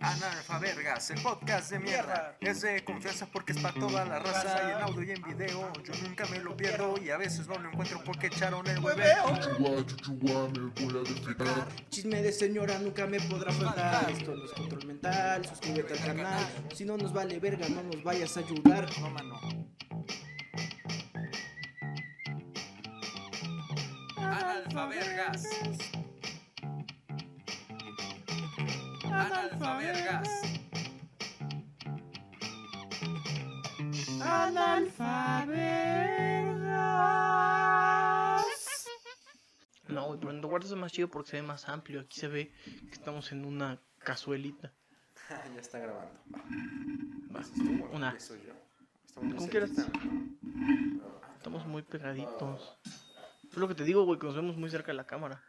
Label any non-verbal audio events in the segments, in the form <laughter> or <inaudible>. Analfa Vergas, el podcast de mierda. Es de confianza porque es para toda la raza. Y en audio y en video, yo nunca me lo pierdo. Y a veces no lo encuentro porque echaron el hueveo. Chuchuá, chuchuá, me voy a despegar. Chisme de señora nunca me podrá faltar. Esto no es control mental, suscríbete al canal. Si no nos vale verga, no nos vayas a ayudar. No, mano. Analfa Vergas. Analfa Vergas. No, güey, pero en The Guardians es más chido porque se ve más amplio. Aquí se ve que estamos en una cazuelita. <laughs> ya está grabando. Va. Va, ¿Empiezas tú o una. empiezo yo? Estamos muy Como quieras. cerquita, ¿no? Estamos muy pegaditos. Es lo que te digo, güey, que nos vemos muy cerca de la cámara.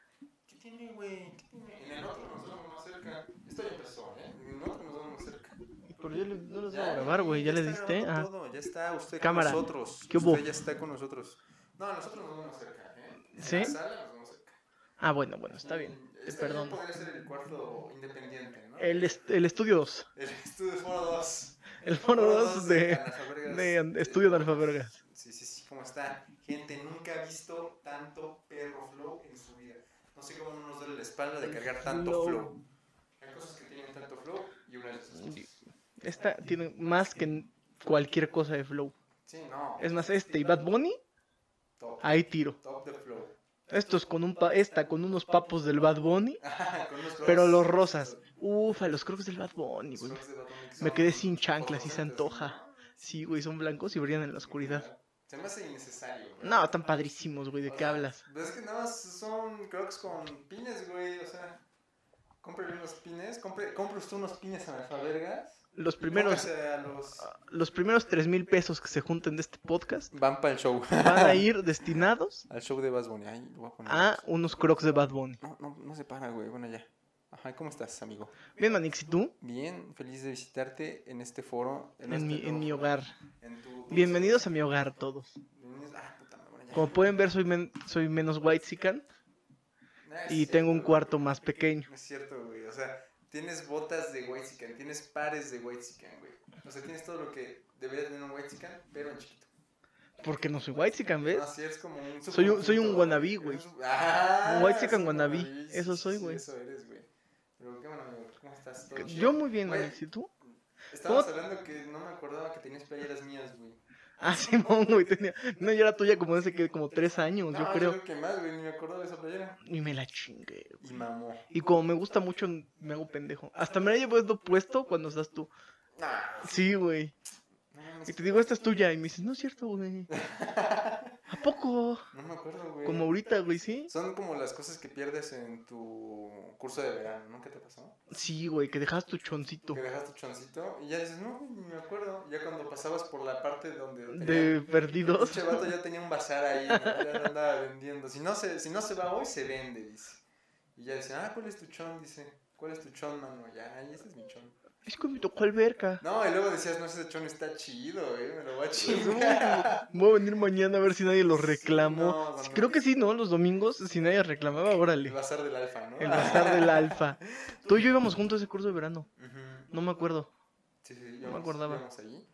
¿Qué tiene, güey? ¿Qué tiene? En el otro nos vemos más cerca. Esto ya empezó, ¿eh? En el otro nos vemos más cerca. Pero yo le- no les voy a grabar, güey. ¿Ya le está diste? grabando Ah, todo, Ya está usted Cámara. con nosotros. ¿Qué hubo? Usted ya está con nosotros. No, nosotros nos vemos más cerca, ¿eh? En ¿Sí? la sala nos vemos cerca. ah, bueno, bueno, está bien. Te Este también perdono. podría ser el cuarto independiente, ¿no? El, est- el estudio 2. El estudio de Foro 2. El foro 2 de, Analfabergas. de an- estudio de Alfabergas. Sí, sí, sí, ¿cómo está? Gente, nunca he visto tanto perro flow en su vida. No sé cómo no nos duele la espalda de cargar tanto flow. flow. Hay cosas que tienen tanto flow y una de esas cosas. Esta tiene más que cualquier cosa de flow. Sí, no. Es más, este y Bad Ah. Bunny, top. ahí tiro. Top de flow. <laughs> Estos con un pa- esta con unos papos del Bad Bunny, Con unos pero crocs. los rosas. Ufa, los crocs del Bad Bunny, Los güey. crocs de Bad Bunny que Me son quedé sin chanclas y se fosforescentes, antoja. Sí, güey, son blancos y brillan en la oscuridad. ¿no? Se me hace innecesario. güey. No, tan padrísimos, güey, ¿de O qué sea, hablas? pues Es que nada más son crocs con pines, güey. O sea, cómprele unos pines. Compre, compre usted unos pines a las vergas. Los primeros, Póngase a los... los primeros tres mil pesos que se junten de este podcast Van para el show. <laughs> van a ir destinados Al show de Bad Bunny. Ay, lo voy a poner. a unos crocs de Bad Bunny. No, no, no se para, güey. Bueno, ya. Ajá, ¿cómo estás, amigo? Bien, Manix, ¿y tú? Bien, feliz de visitarte en este foro. En este mi, en nuevo mi foro, hogar. en tu dulce- Bienvenidos a mi hogar todos. Bienvenidos- Ah, puta madre, bueno, ya. Como pueden ver, soy, men- soy menos white No es y tengo un cierto, cuarto más pequeño. No <laughs> es cierto, güey. O sea, tienes botas de Whitezican, tienes pares de Whitezican, güey. O sea, tienes todo lo que debería tener un Whitezican, pero en chiquito. Porque no soy white No, ¿ves? así es como un. Soy un- soy un subconjunto. wannabe, güey. Eres un- Ah, Un Whitezican es un wannabe. wannabe, Eso sí, soy, sí, güey. Eso eres, güey. Pero qué bueno, amigo. ¿Cómo estás? ¿Todo chido? Yo muy bien, Güey, Manix, ¿y tú? Estábamos hablando que no me acordaba que tenías playeras mías, güey. Ah, <laughs> Simón, güey, tenía... No, yo era tuya como hace que como tres años, No, yo creo. que más, güey, ni me acordaba de esa playera. Y me la chingué. Y mamó. Y como me gusta mucho, me hago pendejo. Hasta me la llevo esto puesto cuando estás tú. Ah, Sí, güey. no, mames, Y te digo, esta es tuya. Y me dices, no es cierto, güey. ¿A poco? no me acuerdo, güey. Como ahorita, güey, ¿sí? Son como las cosas que pierdes en tu curso de verano, ¿no? ¿Qué te pasó? Sí, güey, que dejabas tu choncito. Que dejas tu choncito y ya dices, no, güey, ni me acuerdo. Ya cuando pasabas por la parte donde... De perdidos. Este vato ya tenía un bazar ahí, ¿no? ya lo andaba vendiendo. Si no, se, si no se va hoy, se vende, dice. Y ya dice, ah, ¿cuál es tu chon? Dice, ¿cuál es tu chon, mano? Ya, ahí ese es mi chon. Es que me tocó alberca. No, y luego decías, no, ese chon está chido, eh, me <laughs> lo voy a chingar. Voy a venir mañana a ver si nadie lo reclamó. no, no. Creo que sí, ¿no? Los domingos, si nadie reclamaba, El órale. bazar del alfa, ¿no? El bazar del alfa. Tú y yo íbamos juntos ese curso de verano. <laughs> Ujú. No me acuerdo. Sí, sí, me íbamos- acordaba. íbamos ahí.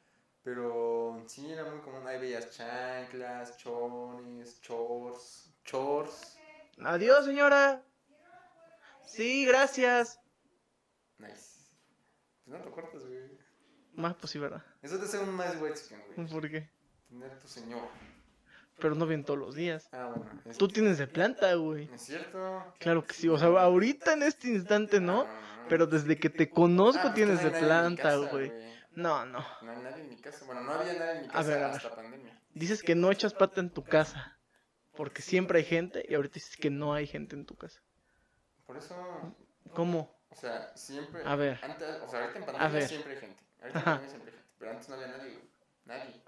Pero sí, era muy común. Ahí veías chanclas, chones, chors, chors. Adiós, señora. Sí, gracias. Nice. Pues no te acuerdas, güey. Más pues sí, ¿verdad? Eso te hace un más white chicken, güey. ¿Por qué? Tener tu señor. Pero no bien todos los días. Ah, bueno. Es, Tú tienes de planta, güey. ¿Es cierto? Claro que sí. O sea, ahorita en este instante, ¿no? Pero desde que te Ah, conozco es que tienes de no hay nadie en mi planta, casa, güey. No, no. No hay nadie en mi casa. Bueno, no había nadie en mi A casa ver, a ver. hasta pandemia. Dices que no echas pata en tu casa. Porque siempre hay gente y ahorita dices que no hay gente en tu casa. Por eso, ¿Cómo? o sea, siempre. A ver. Antes, o sea, ahorita en A ver. pandemia siempre hay gente. Ahorita en Ajá. pandemia siempre hay gente. Pero antes no había nadie, güey. Nadie.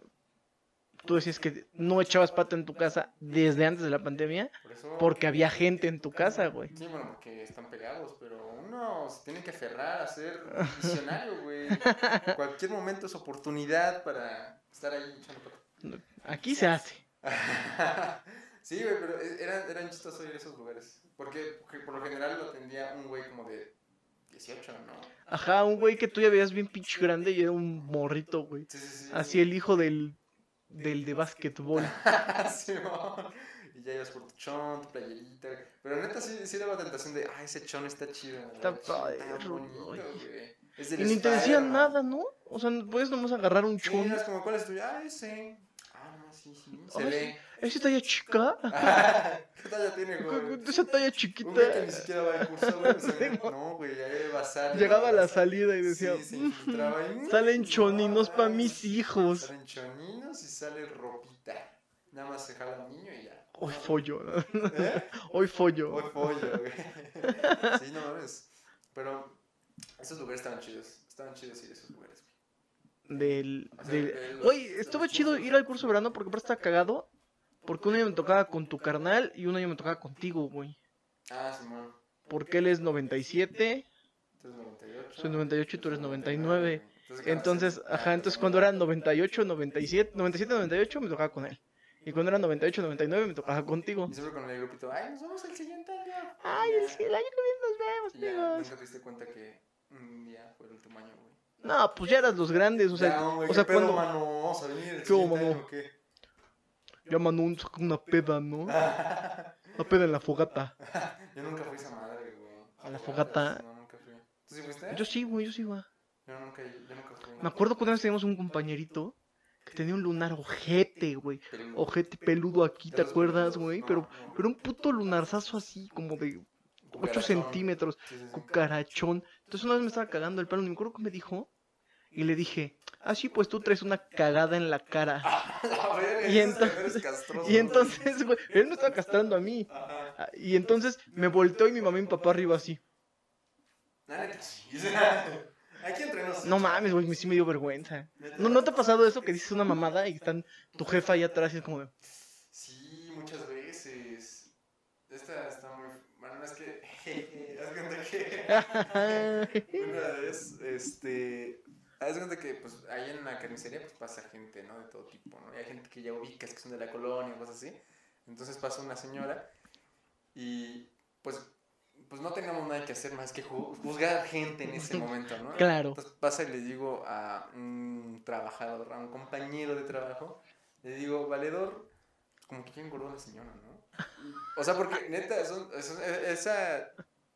Tú decías que no echabas pata en tu casa desde antes de la pandemia Por eso. porque había gente en tu casa, güey. Sí, bueno, porque están pegados, pero uno se tiene que aferrar <laughs> a ser visionario, güey. Cualquier momento es oportunidad para estar ahí echando Aquí se hace. pata. <laughs> Sí, güey, pero e- eran, eran chistosos ir a esos lugares. Porque, porque por lo general lo atendía un güey como de 18, ¿no? Ajá, un güey que tú ya veías bien pinche grande y era un morrito, güey. Sí, sí, sí. Así <laughs> el hijo del, del de básquetbol. Simón. Ah, Y ya ibas por tu chon, tu playerita. güey. Pero neta sí, sí daba la tentación de, ah, ese chon está chido. güey, Está Está padro, bonito, güey. güey. Es Y del ni te decían Spider-Man. nada, ¿no? O sea, puedes nomás agarrar un Sí, chon. eras como, ¿cuál es tuyo? Ah, ese. Ah, no, sí, sí. Se Ay. ve. ¿Esa talla chica? <laughs> ¿Qué talla tiene, güey? Esa talla Un güey que chiquita. ni siquiera va al curso, güey. <laughs> o sea, Simón. no, güey, ya era basal. Llegaba a la salida y decía, Sí, se infiltraba y, salen "Mm, choninos no, pa' ay". mis hijos. Salen choninos y sale ropita. Nada más se jala el niño y ya. Hoy follo, ¿Eh? <laughs> hoy follo. Hoy pollo, güey. <laughs> Sí, no mames. Pero esos lugares estaban chidos. Estaban chidos ir a esos lugares, güey. Del, O sea, de del... los- Oye, de estuvo los chido cursos. ir al curso de verano porque aparte estaba cagado. Porque un año me tocaba con tu carnal y un año me tocaba contigo, güey. Ah, Simón. Porque él es 97. Tú eres 98. Soy 98 y tú eres 99. güey. Entonces, Ah, Entonces, ganaste. ajá, entonces cuando era 98, 97, 97, 98 me tocaba con él. Y cuando era 98, 99 me tocaba contigo. Y siempre con el grupito, ay, nos vemos el siguiente año. Ay, el, Ya. el año que Y viene Ya, nos vemos, amigos. nunca te diste cuenta que un día fue el último año, güey. No, pues ya eras los grandes, o sea, Ya, güey, o sea, ¿qué pedo, cuando- mano? Vamos a venir el ¿Qué hubo, siguiente mano? año, ¿o qué? ya Manu sacó una peda, ¿no? Una peda en la fogata. <laughs> Yo nunca fui a esa madre, güey. A la fogata. No, nunca fui. ¿Tú sí fuiste? Yo sí, güey, yo sí, güey. Yo nunca, yo nunca fui. Me acuerdo cuando teníamos un compañerito que tenía un lunar ojete, güey. Peludo. Ojete peludo aquí, De ¿te los acuerdas, peludos, güey? no, Pero, no. pero un puto lunarzazo así, como de 8 Cucarachón. centímetros. Sí, sí, sí. cucarachón. Entonces una vez me estaba cagando el pelo, ni me acuerdo qué me dijo. Y le dije, ah, sí, pues tú traes una cagada en la cara. <laughs> A ver, Y esos entonces- señores castrosos, Y entonces, güey, él me estaba castrando a mí. Ajá. Ah, Y entonces me volteó y mi mamá y mi papá arriba así. La neta, sí. <laughs> Aquí entre nos. No mames, güey, me sí me dio vergüenza. ¿No, ¿No te ha pasado eso que dices una mamada y están tu jefa ahí atrás y es como de, Sí, muchas veces. Esta está muy. Bueno, es que. <laughs> Haz cuenta que. <laughs> Una vez, este. Haz cuenta que, pues, ahí en la carnicería, pues pasa gente, ¿no? De todo tipo, ¿no? Y hay gente que ya ubicas, que son de la colonia, cosas así. Entonces pasa una señora y, pues, pues no teníamos nada que hacer más que ju- juzgar gente en ese momento, <laughs> ¿no? claro. Entonces pasa y le digo a un trabajador, a un compañero de trabajo, le digo, valedor, como que quién engordó a la señora, ¿no? O sea, porque neta, son- son- e- esa,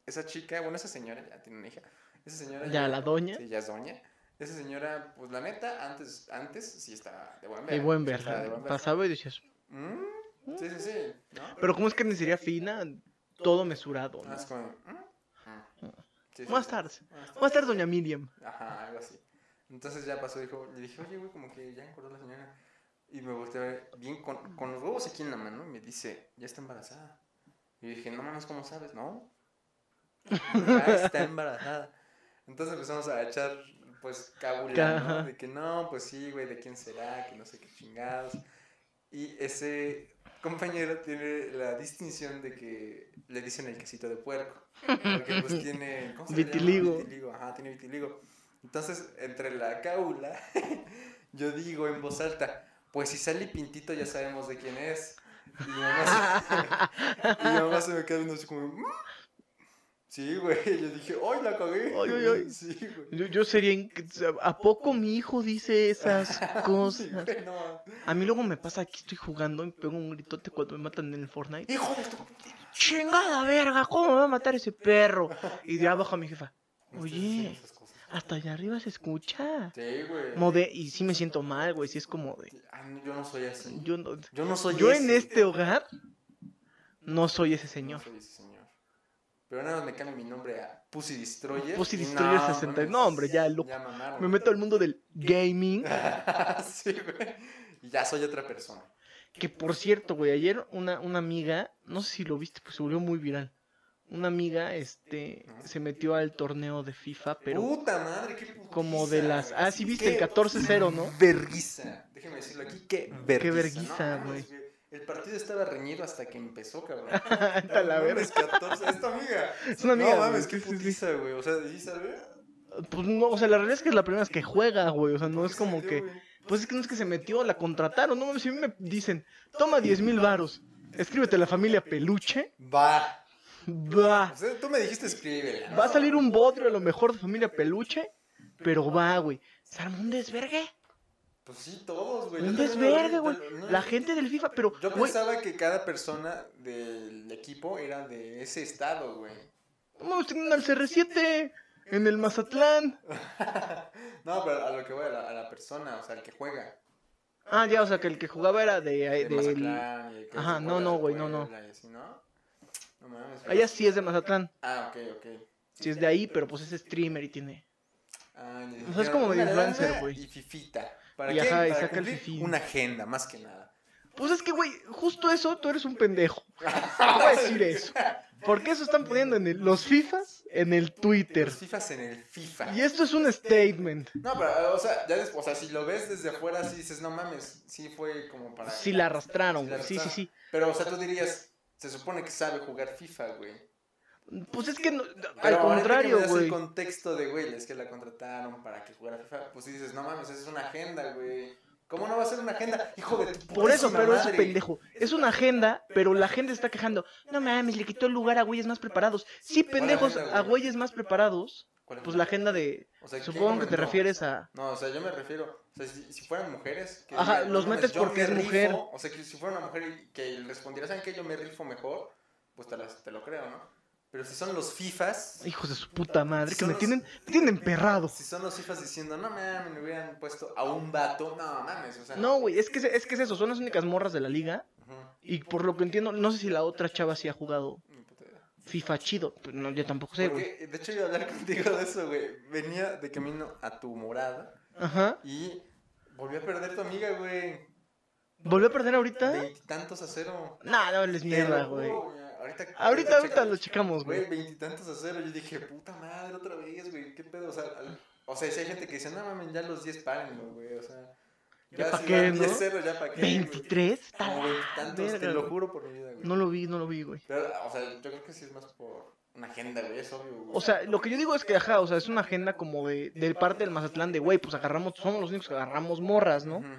esa chica, bueno, esa señora ya tiene una hija. Esa señora Ya la doña. Sí, ya es doña. Esa señora, pues la neta, antes, antes sí estaba de buen ver. De buen sí estaba de verla. buen ver. Pasaba y decías, Mm, Sí, sí, sí. ¿no? pero ¿cómo es que sería fina? Todo mesurado, ¿no? Ah, es como, mm, mm. Sí, sí, Buenas sí. tardes. Buenas Buenas tardes, doña Miriam. Ajá, algo así. Entonces ya pasó, dijo, le dije, oye, güey, como que ya engordó la señora. Y me volteé a ver bien con, con los huevos aquí en la mano y me dice, ya está embarazada. Y yo dije, no mames, ¿cómo sabes? No. Ya está embarazada. Entonces empezamos a echar, pues, cabula, Ajá. ¿no? De que no, pues sí, güey, ¿de quién será? Que no sé qué chingados. Y ese compañero tiene la distinción de que le dicen el quesito de puerco. Porque pues tiene... ¿cómo se le llama? Vitiligo. Vitiligo, ajá, tiene vitiligo. Entonces, entre la caula, <laughs> yo digo en voz alta, pues si sale pintito ya sabemos de quién es. Y mi mamá se, <laughs> y mi mamá se me queda viendo así como... "Mm". Sí, güey. Yo dije, ¡ay, la cagué! Ay, ay, ay. Sí, güey. Yo, yo sería... inc- ¿A poco mi hijo dice esas <laughs> Sí, cosas? güey, no. A mí luego me pasa que estoy jugando y pego un gritote cuando me matan en el Fortnite. ¡Hijo de tu... ¡Chingada verga! ¿Cómo me va a matar ese <laughs> perro? Y de abajo a mi jefa. No estés diciendo Oye. esas cosas. Hasta allá arriba se escucha. Sí, güey. Mode, y sí me siento mal, güey. Sí es como de. Ah, no, yo no soy así. Yo, no- Yo no soy yo ese. en este hogar no soy ese señor. No soy ese señor. Pero nada más me cambio mi nombre a Pussy Destroyer. Pussy y Destroyer no, 60. mames, No, hombre, ya, loco. Ya mamaron. Me meto al mundo del gaming. <laughs> sí, güey. Y ya soy otra persona. Que por cierto, güey, ayer una, una amiga, no sé si lo viste, pues se volvió muy viral. Una amiga, este, se metió al torneo de FIFA, pero Puta madre, qué putiza, como de las. güey. Ah, sí viste, Qué el 14-0, ¿no? Verguiza. Déjeme decirlo aquí, qué verguiza. Qué verguiza, No mames, El partido estaba reñido hasta que empezó, <laughs> cabrón. Hasta la Uh, verga. No mames, 14, esta amiga. Es una amiga. No mames, qué güey, sí, sí, sí. putiza, güey. O sea, ¿y sabe? Pues no, o sea, la realidad es que es la primera vez que juega, güey. O sea, no es como que. Pues es que no es que se metió, la contrataron. No mames, si a mí me dicen, toma 10 mil varos, escríbete a la familia Peluche. <laughs> Va. Va. O sea, tú me dijiste escríbela. ¿no? Va a salir un bodrio a lo mejor de familia peluche, pero va, güey. Se armó un desvergue. Pues sí, todos, güey. Un Yo también desvergue, lo- güey. no, La gente del FIFA, pero, Yo güey, pensaba que cada persona del equipo era de ese estado, güey. <laughs> vamos teniendo al CR7 en el Mazatlán. no, pero a lo que voy, a la, a la persona, o sea, el que juega. Ah, ya, o sea, que el que jugaba era de... eh, El de- Mazatlán, y el que Ajá, se no, juega no, de güey, no, no. Puebla y así, ¿no? No mames. güey. Allá sí es de Mazatlán. Ah, ok, ok. Sí es de ahí, pero pues es streamer y tiene... Ah, ya O sea, es como dijeron, medio "Una influencer, lana güey". Y fifita. ¿Para Y qué? ajá, y Para saca el cumplir fifí. una agenda, más que nada. Pues es que, güey, justo eso, tú eres un pendejo. No voy a decir eso. Porque eso están poniendo en el- los FIFAs en el Twitter. <laughs> Los fifas en el FIFA. Y esto es un statement. No, pero, o sea, ya des- o sea, si lo ves desde afuera, sí dices, no mames, sí fue como para... Sí la arrastraron, Sí la güey. Sí, sí, arrastraron. sí. Pero, o sea, tú dirías, se supone que sabe jugar FIFA, güey. Pues es que, no- Pero al ahorita que contrario, me das güey. el contexto de, güey, es que la contrataron para que jugara FIFA, pues sí dices, no mames, esa es una agenda, güey. ¿Cómo no va a ser una agenda? Hijo de tu Por eso, putísima pero es madre. pendejo. Es una agenda, pero la gente está quejando. No mames, le quitó el lugar a güeyes más preparados. Sí, pendejos, agenda, güey? a güeyes más preparados. ¿Cuál es Pues la agenda de. O sea, ¿quién Supongo que te comentó? refieres a. No, o sea, yo me refiero, o sea, si, si fueran mujeres... que Ajá, digan, los "No mames, metes yo porque me es mujer". rifo", O sea, que si fuera una mujer y que respondiera, ¿saben qué? Yo me rifo mejor, pues te, las- te lo creo, ¿no? Pero si son los FIFAs, Hijos de su puta madre, que Son me los- tienen, me tienen emperrado. si son los FIFAs diciendo, no mames, me hubieran puesto a un vato, no mames, o sea... No, güey, es que, es que es eso. Son las únicas morras de la liga. Ujú, Y por lo que entiendo, no sé si la otra chava sí ha jugado ni puta idea. FIFA chido. Pero no, yo tampoco sé, güey. Porque, de hecho, iba a hablar <laughs> contigo de eso, güey. Venía de camino a tu morada Ajá. y volví a perder tu amiga, güey. ¿Volvió a perder ahorita? Veintitantos a cero. Nah, no, les Te ¿Ah? mierda, lo güey. juro, Ahorita, Ahorita, ahorita checa- lo checamos, güey. pues, Güey, veintitantos a cero. Yo dije, puta madre, otra vez, güey. ¿Qué pedo? O sea, al- o sea, si hay gente que dice, no mames, ya los 10 párenlo, güey. O sea, Ya pa' si qué, van ¿no? 10-0, ya pa' qué. güey. ¿23? Está Como la veintitantos, te verga, lo güey. juro por mi vida, güey. No lo vi, no lo vi, güey. Pero, o sea, yo creo que sí es más por una agenda, güey. Es obvio, güey. O sea, lo que yo digo es que, ajá, o sea, es una agenda como de, del parte del Mazatlán de, güey, pues agarramos, somos los únicos que agarramos morras, ¿no? Ujú.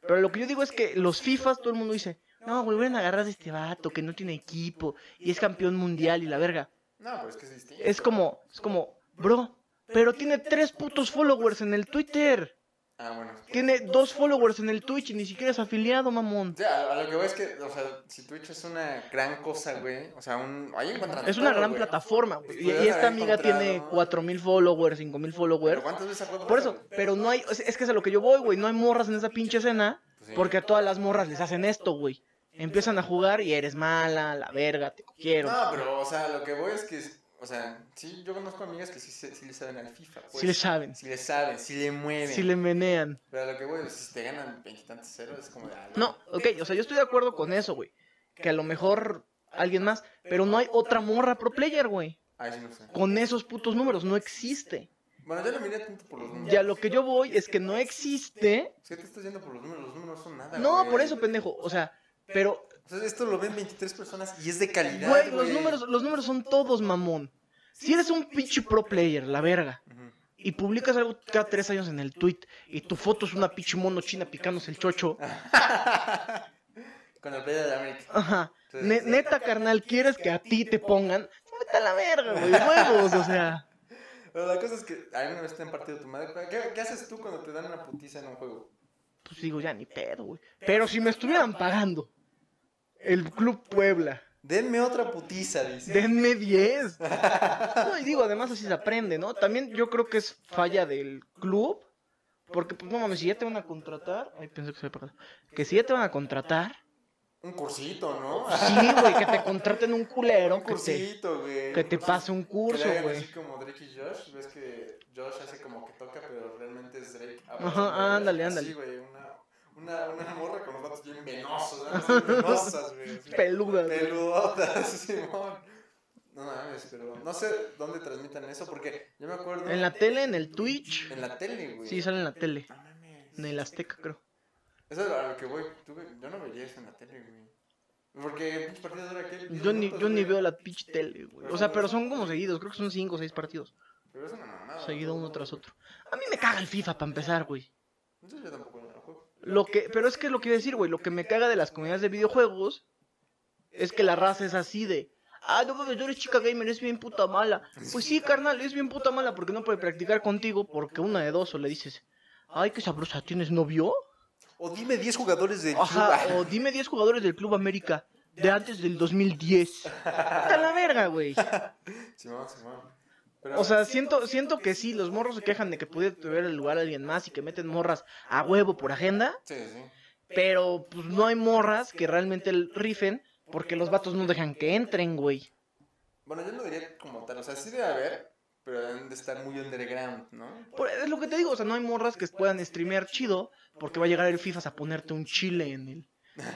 Pero lo que yo digo es que los FIFAs, todo el mundo dice, no, güey, hubieran agarrado a este vato que no tiene equipo y es campeón mundial y la verga. No, pero es que es distinto. Es como, es como, bro, pero tiene tres putos followers en el Twitter. Ah, bueno. Tiene dos followers en el Twitch y ni siquiera es afiliado, mamón. O sea, a- a lo que voy es que, o sea, si Twitch es una gran cosa, güey. O sea, un... ahí encuentran Es una todo, gran güey. plataforma, güey. Y, Pudieras y esta haber amiga tiene encontrado- 4000 followers, 5000 Pero followers. ¿cuántas veces ha jugado Por FIFA, eso, güey? pero no hay, o sea, es que es a lo que yo voy, güey, no hay morras en esa pinche escena, Pues sí. porque a todas las morras les hacen esto, güey. Empiezan a jugar y eres mala, la verga, te cogieron. No, pero, o sea, lo que voy es que, o sea, sí, yo conozco amigas que sí, se- sí le saben al FIFA, güey. Si le saben, pues, Sí le saben, sí le mueven. si le menean. Pero a lo que voy es si te ganan veintitantos ceros, es como de... ah, No, ok, o sea, yo estoy de acuerdo con eso, güey. Que a lo mejor alguien más, pero no hay otra morra pro player, güey. Ay, sí, no sé. Con esos putos números, no existe. Bueno, yo no miré tanto por los números. Ya lo que yo voy es que no existe. Es que te estás yendo por los números, los números no son nada, No, güey. por eso, pendejo. O sea, pero, O sea, esto lo ven 23 personas y es de calidad, güey, los números, los números son todos, mamón. Si eres un pinche pro player, la verga. Ujú. <laughs> y publicas algo cada tres años en el tweet y tu foto es una pinche mono china picándose el chocho. Con el playa de América. Ajá. Sí, Ne- sí. neta, carnal, ¿quieres que a ti te pongan? Vete a la verga, <laughs> güey, huevos, o sea. Pero la cosa es que alguna vez te han partido tu madre. ¿Qué, qué haces tú cuando te dan una putiza en un juego? Pues digo, ya ni pedo, güey. Pero si me estuvieran pagando el Club Puebla, Denme otra putiza, dice. denme 10. No, y digo, además así se aprende, ¿no? También yo creo que es falla del club. Porque, pues, no mames, si ya te van a contratar. Ay, pensé que se había apagado. Que si ya te van a contratar. Un cursito, <laughs> ¿no? Sí, güey, que te contraten un culero. un que te- cursito, güey. Que te pase un curso, güey. Así como Drake y Josh. Ves que Josh hace como que toca, pero realmente es Drake. Ajá, ándale, Sí, ándale. güey, una, una, una morra con los datos bien venosos, ¿no? Así, venosas, güey. así. Peluda. güey. Peludotas, Simón. No mames, pero no sé dónde transmitan eso, porque yo me acuerdo. En la tele, en el Twitch. en la tele, güey. Sí, sale en la tele. No mames. En el Azteca, creo. Eso es a lo que voy. Tú, güey, yo no vería eso en la tele, güey. Porque pinche partido dura que. Yo ni, yo ni veo la pinche tele, güey. O sea, pero son como seguidos. Creo que son 5 o 6 partidos. Pero es una mamada. Seguido ¿no? uno tras otro. A mí me caga el FIFA para empezar, güey. Yo, yo tampoco lo juego. Lo que, pero es que lo que iba a decir, güey. Lo que me caga de las comunidades de videojuegos es que la raza es así de. Ah, no mames, tú eres chica gamer, es bien puta mala. Pues sí, carnal, es bien puta mala porque no puede practicar contigo porque una de dos o le dices, ay, qué sabrosa, ¿tienes novio? O dime 10 jugadores del Ajá, o club. dime 10 jugadores del Club América de antes del 2010. Está la verga, güey. Simón, Simón. Pero, O sea, siento, siento que sí, los morros se quejan de que pudiera tener el lugar a alguien más y que meten morras a huevo por agenda, Sí, sí. pero pues no hay morras que realmente el rifen porque los vatos no dejan que entren, güey. Bueno, yo no diría como tal. O sea, sí debe haber, pero deben de estar muy underground, ¿no? Por- es lo que te digo, o sea, no hay morras que puedan streamear chido porque va a llegar el FIFAs a ponerte un chile en el,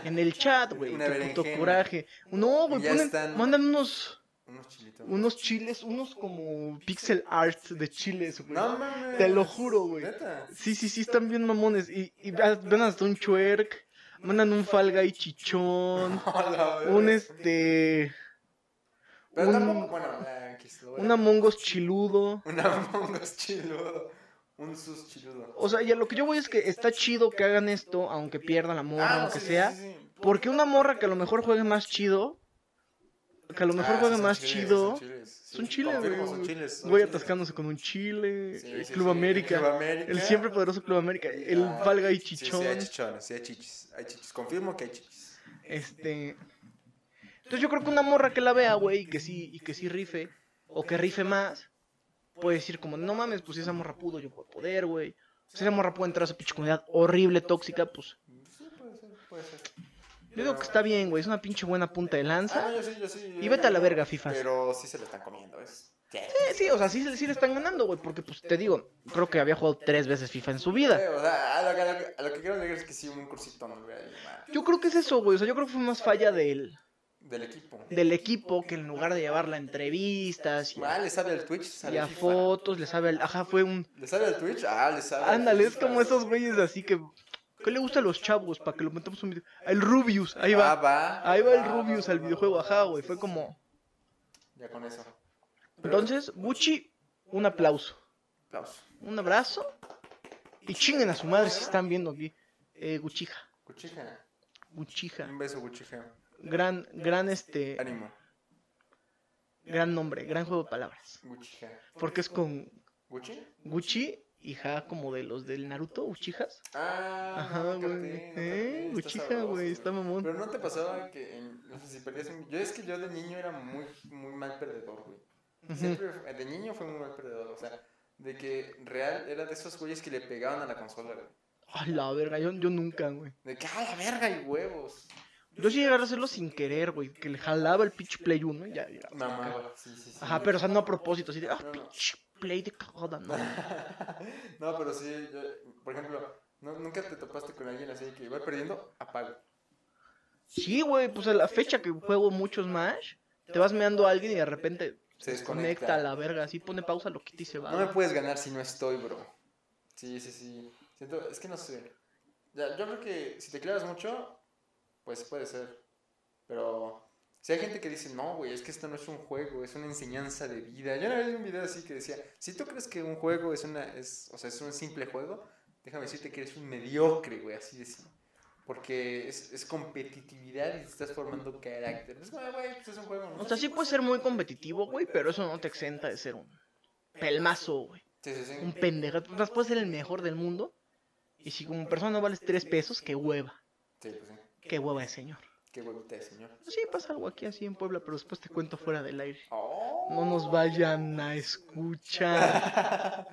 en el chat, güey. Una Qué puto berenjena. coraje. No, güey, Ya ponen- están. mandan unos, Unos chilitos. unos chiles, unos como pixel arts de chiles, güey. No mames. Te lo juro, güey. Neta. <laughs> Sí, sí, sí, están bien mamones. Y, y ve- ven hasta un chuerk, mandan un falga y <laughs> chichón, Hola, güey. un este, Pero un- tampoco, bueno, ah, que se lo voy a- un mongos chiludo. Un Among Us chiludo. Un sus chiludo. O sea, y a lo que yo voy es que está chido que hagan esto, aunque pierda la morra, aunque Ah, sí, sea. sí, sí. Porque una morra que a lo mejor juegue más chido, que a lo mejor Ah, juegue son más chiles, chido, Son chiles, sí, son chiles, confirmo, güey. son chiles, son voy chiles. atascándose con un chile, Sí, el sí, Club sí, América, Club América. el siempre poderoso Club América, el Ah, Valga y Sí, Chichón. Sí, hay chichones, sí hay chichis. Hay chichis. Confirmo que hay chichis. Este. Entonces yo creo que una morra que la vea, güey, y que sí, y que sí rife, o que rife más, puede decir como, no mames, pues si esa morra pudo, yo puedo poder, güey. Si esa morra puede entrar a esa pinche comunidad horrible, tóxica, pues. Sí, puede ser, puede ser. Yo digo que está bien, güey, es una pinche buena punta de Ah, lanza. no, yo sí, yo sí. Y vete a la verga, FIFA. Pero sí se lo están comiendo, ¿ves? Sí. Eh, sí, o sea, sí, sí le están ganando, güey, porque pues te digo, creo que había jugado tres veces FIFA en su vida. Eh, O sea, a lo, que- a lo que- a lo que quiero llegar es que sí, un cursito no hubiera llevado. Yo creo que es eso, güey, o sea, yo creo que fue más falla del, Del equipo. del equipo que en lugar de llevarla a entrevistas y a, Ah, le sabe al Twitch, y sale a FIFA. fotos, le sabe, al- ajá, fue un... ¿Le sabe al Twitch? Ah, le sabe. al Ándale, es FIFA, como esos güeyes así que. ¿Qué le gusta a los chavos para que lo metamos un video? El Rubius, ahí Ah, va. va. Ahí va el Ah, Rubius va, al va, videojuego, va, ajá, güey. Fue como. Ya con eso. Entonces, Gucci, un aplauso. Aplausos. Un abrazo. Y chinguen a su madre si están viendo aquí. Eh, Guchija. Cuchija. Guchija. Un beso, Cuchija. Gran, gran este. Ánimo. Gran nombre, gran juego de palabras. Cuchija. Porque es con ¿Gucci? Gucci y ja como de los del Naruto, Uchijas. Ah, Ajá, no, güey. capté, no capté, Eh, está Uchija, sabroso, güey, está mamón. Pero no te pasaba que en- no sé si perdías un... Yo es que yo de niño era muy, muy mal perdedor, güey. Ujú. Siempre, fue- de niño fue muy mal perdedor, o sea, de que real era de esos güeyes que le pegaban a la consola, güey. A la verga, yo, yo nunca, güey. De que, ah, la verga, y huevos. Yo sí llegué a hacerlo sin querer, güey, que le jalaba el pitch play 1 y ya llegaba. Mamá, güey, sí, sí, sí. Ajá, pero o sea, no a propósito, así de, ah, No, no. pitch play de cagada, no. <laughs> no, pero sí, yo- por ejemplo, no- nunca te topaste con alguien así que iba perdiendo, apago. Sí, güey, pues a la fecha que juego mucho Smash, te vas meando a alguien y de repente Se se desconecta a la verga, así pone pausa, lo quita y se va. No me güey. puedes ganar si no estoy, bro. Sí, sí, sí. Siento, es que no sé. Ya, yo creo que si te clavas mucho, pues puede ser. Pero si hay gente que dice, no, güey, es que esto no es un juego, es una enseñanza de vida. Yo una vez vi un video así que decía, si tú crees que un juego es una, es, o sea, es un simple juego, déjame decirte que eres un mediocre, güey, así decía. Porque es, es competitividad y te estás formando carácter. Es como, güey, pues es un juego, ¿no? O sea, sí puede ser muy competitivo, güey, pero eso no te exenta de ser un pelmazo, güey. Sí, sí, sí. Un pendejo. Tú más puedes ser el mejor del mundo y si como persona no vales tres pesos, qué hueva. Sí, pues sí. Qué hueva de señor. Qué huevita de señor. Pues Sí, pasa algo aquí así en Puebla, pero después te cuento fuera del aire. Oh. No nos vayan a escuchar.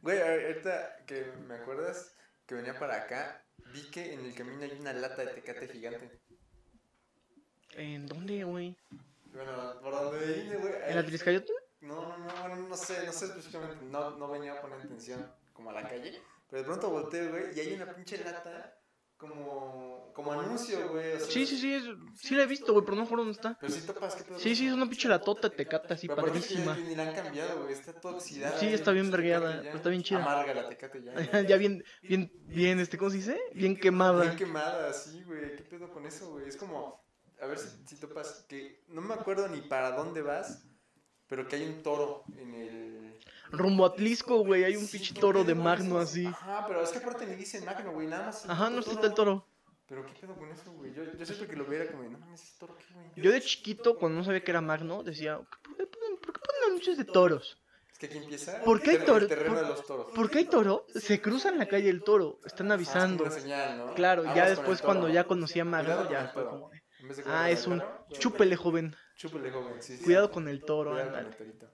Güey, a- ahorita que me acuerdas que venía para acá, vi que en el camino hay una lata de tecate gigante. ¿En dónde, güey? Bueno, por donde vine, güey. ¿En la ahí- Triscayota? No, no, no, bueno, no sé, no sé específicamente. No, no venía a poner atención como a la calle. Pero de pronto volteo, güey, y hay una pinche lata como, como anuncio, güey. o sea, Sí, sí, sí. es- sí la he visto, güey, pero no me acuerdo dónde está. Pero sí topas que todo. Sí, sí, es una pinche latota, te cata así, Pero aparte es que ya padrísima. <laughs> ni la han cambiado, güey. Está toda oxidada. Sí, güey, está bien pinche vergueada, Tecate ya. pero está bien chida. Amarga la tecate <laughs> ya. güey. ya bien, bien, bien, este, ¿cómo se dice? Bien quemada. Bien quemada, sí, güey. ¿Qué pedo con eso, güey? Es como, a ver si, si topas, que no me acuerdo ni para dónde vas, pero que hay un toro en el... Rumbo a Tlisco, güey, hay un Sí, pinche ¿qué toro pedo de con magno eso? así. Ajá, pero es que aparte ni dicen magno, güey, nada más... Ajá, no está el toro. Pero qué pedo con eso, güey. Yo, yo siempre que lo viera como, no mames, es torque, güey. Yo de chiquito, cuando no sabía que era magno, decía, ¿por qué ponen, por qué ponen anuncios de toros? Es que aquí empieza ¿Por qué hay el, ter- toro- el terreno por- de los toros. ¿Por qué hay toro? Se cruzan la calle el toro, están avisando. Ah, es una señal, ¿no? Claro, Aguas ya con después el toro. cuando ya conocía a Cuidado Magno, con ya el fue toro. como, de, En vez de ah, cuidarlo es del un perro, chúpele joven, Chúpele, joven. Sí, sí. cuidado con el toro, Cuidado con el ándale. torito.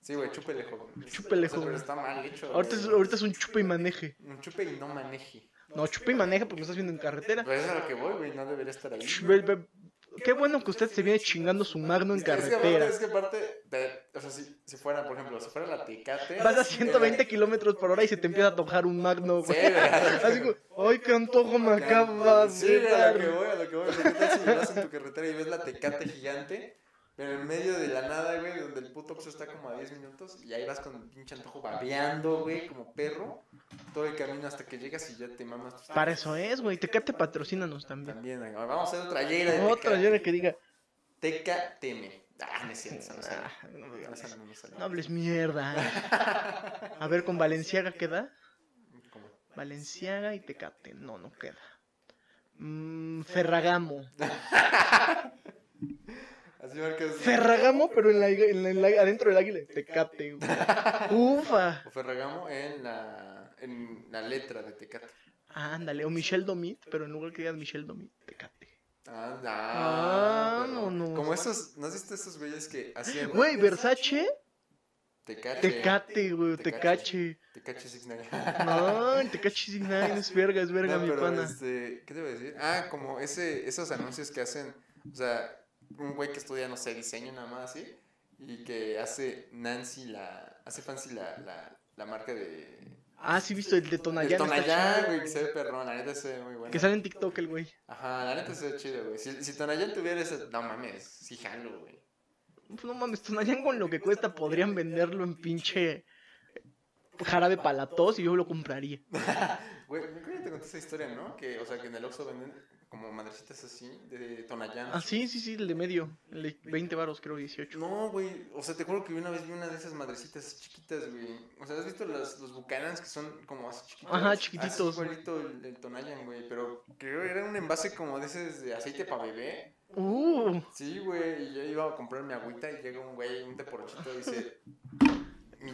Sí, güey, chúpele, joven. Chúpele, O sea, joven. Pero está mal hecho. Ahorita es, güey. ahorita es un chupe y maneje. Un chupe y no maneje. No, chupe y maneja porque lo estás viendo en carretera. Pero eso es a lo que voy, güey. No debería estar ahí. Ch- ve- ve- Qué bueno que usted se viene chingando su magno en Es que- es que aparte- carretera. Es que aparte, de- o sea, si, si fuera, por ejemplo, si fuera la Tecate. eh, Vas a 120 kilómetros por hora y se te empieza a antojar un magno, Sí, güey. güey. Así como, ay, qué antojo me acabas Sí, de güey, a lo que dar. voy, a lo que voy. O sea, ¿Qué tal si vas en tu carretera y ves la tecate gigante? Pero en medio de la nada, güey, donde el puto Oxxo está como a 10 minutos y ahí vas con el pinche antojo babeando, güey, como perro, todo el camino hasta que llegas y ya te mamas tus Para eso es, güey. Tecate, patrocínanos también. También, güey. vamos a hacer otra llena de Otra, yo era que diga, Teca teme. Ah, no es cierto, esa no sale. ah, no me Esa digas. no me sale. No hables mierda. A ver, con Valenciaga queda. ¿Cómo? Valenciaga y Tecate. No, no queda. Mm, Ferragamo. Así marcas. Ferragamo, pero en la, en la- en la- adentro del águila. Tecate, güey. Ufa. O Ferragamo en la, en la letra de Tecate. Ándale, o Michelle Domit, pero en lugar que digas Michelle Domit, Tecate. Anda. Ah, pero- no, no. ah, Como esos, ¿no has visto esos güeyes que hacían Güey, Versace, Tecache? Tecate, güey, Tecache. Tecache. Tecache Six Nine. No, el Tecache sin nada, es verga, es verga, No, mi pero, pana. este, ¿qué te iba a decir? Ah, como ese, esos anuncios que hacen, o sea, un güey que estudia, no sé, diseño nada más, ¿sí? Y que hace Nancy la, hace Fancy la, la, la marca de... Ah, sí, visto el de El Tonayán. está Tonayán, chido, güey, que se ve perrón, la neta se ve muy bueno. Que sale en TikTok el güey. Ajá, la neta se ve chido, güey. Si, si Tonayán tuviera ese, no mames, sí jalo, güey. Pues No mames, Tonayán con lo que cuesta podrían venderlo en pinche jarabe palatos y yo lo compraría. Güey, me acuerdo que te conté esa historia, ¿no? Que, o sea, que en el Oxxo venden como madrecitas así, de Tonayán. Ah, sí, sí, sí, el de medio. El de 20 varos, creo, 18. No, güey. O sea, te juro que una vez vi una de esas madrecitas chiquitas, güey. O sea, ¿has visto las, los bucanans que son como así chiquitos? Ajá, chiquititos. Así igualito el, el Tonayan, güey. Pero creo que era un envase como de ese de aceite para bebé. Uh, Sí, güey. Y yo iba a comprar mi agüita y llega un güey, un teporochito y dice...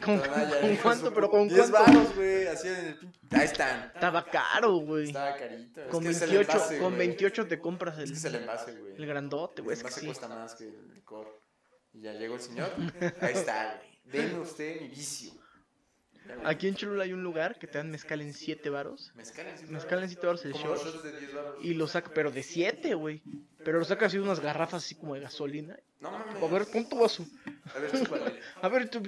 ¿Con- Tonayan, con hijo de cuánto, su pero pu- con 10 cuánto? varos, güey. Así en el pinche... Ahí están. estaba caro, güey. Estaba carito. Ah, Es Con que es el 28, envase, con güey. 28 te compras Es el, que es el envase, güey. el grandote, güey. Es El que envase sí. cuesta más que el licor. Y ya llegó el señor. Ahí está, güey. Deme usted mi vicio. Ya, güey. Aquí en Cholula hay un lugar que te dan mezcal en 7 varos. Mezcal en Mezcal en 7 varos el Como los short. shots de 10 baros. Y lo saca, pero de 7, güey. Pero lo saca así de unas garrafas así como de gasolina. No mames. A ver, ¿cuánto vas su? A ver, <laughs> chúpale. A ver, tú,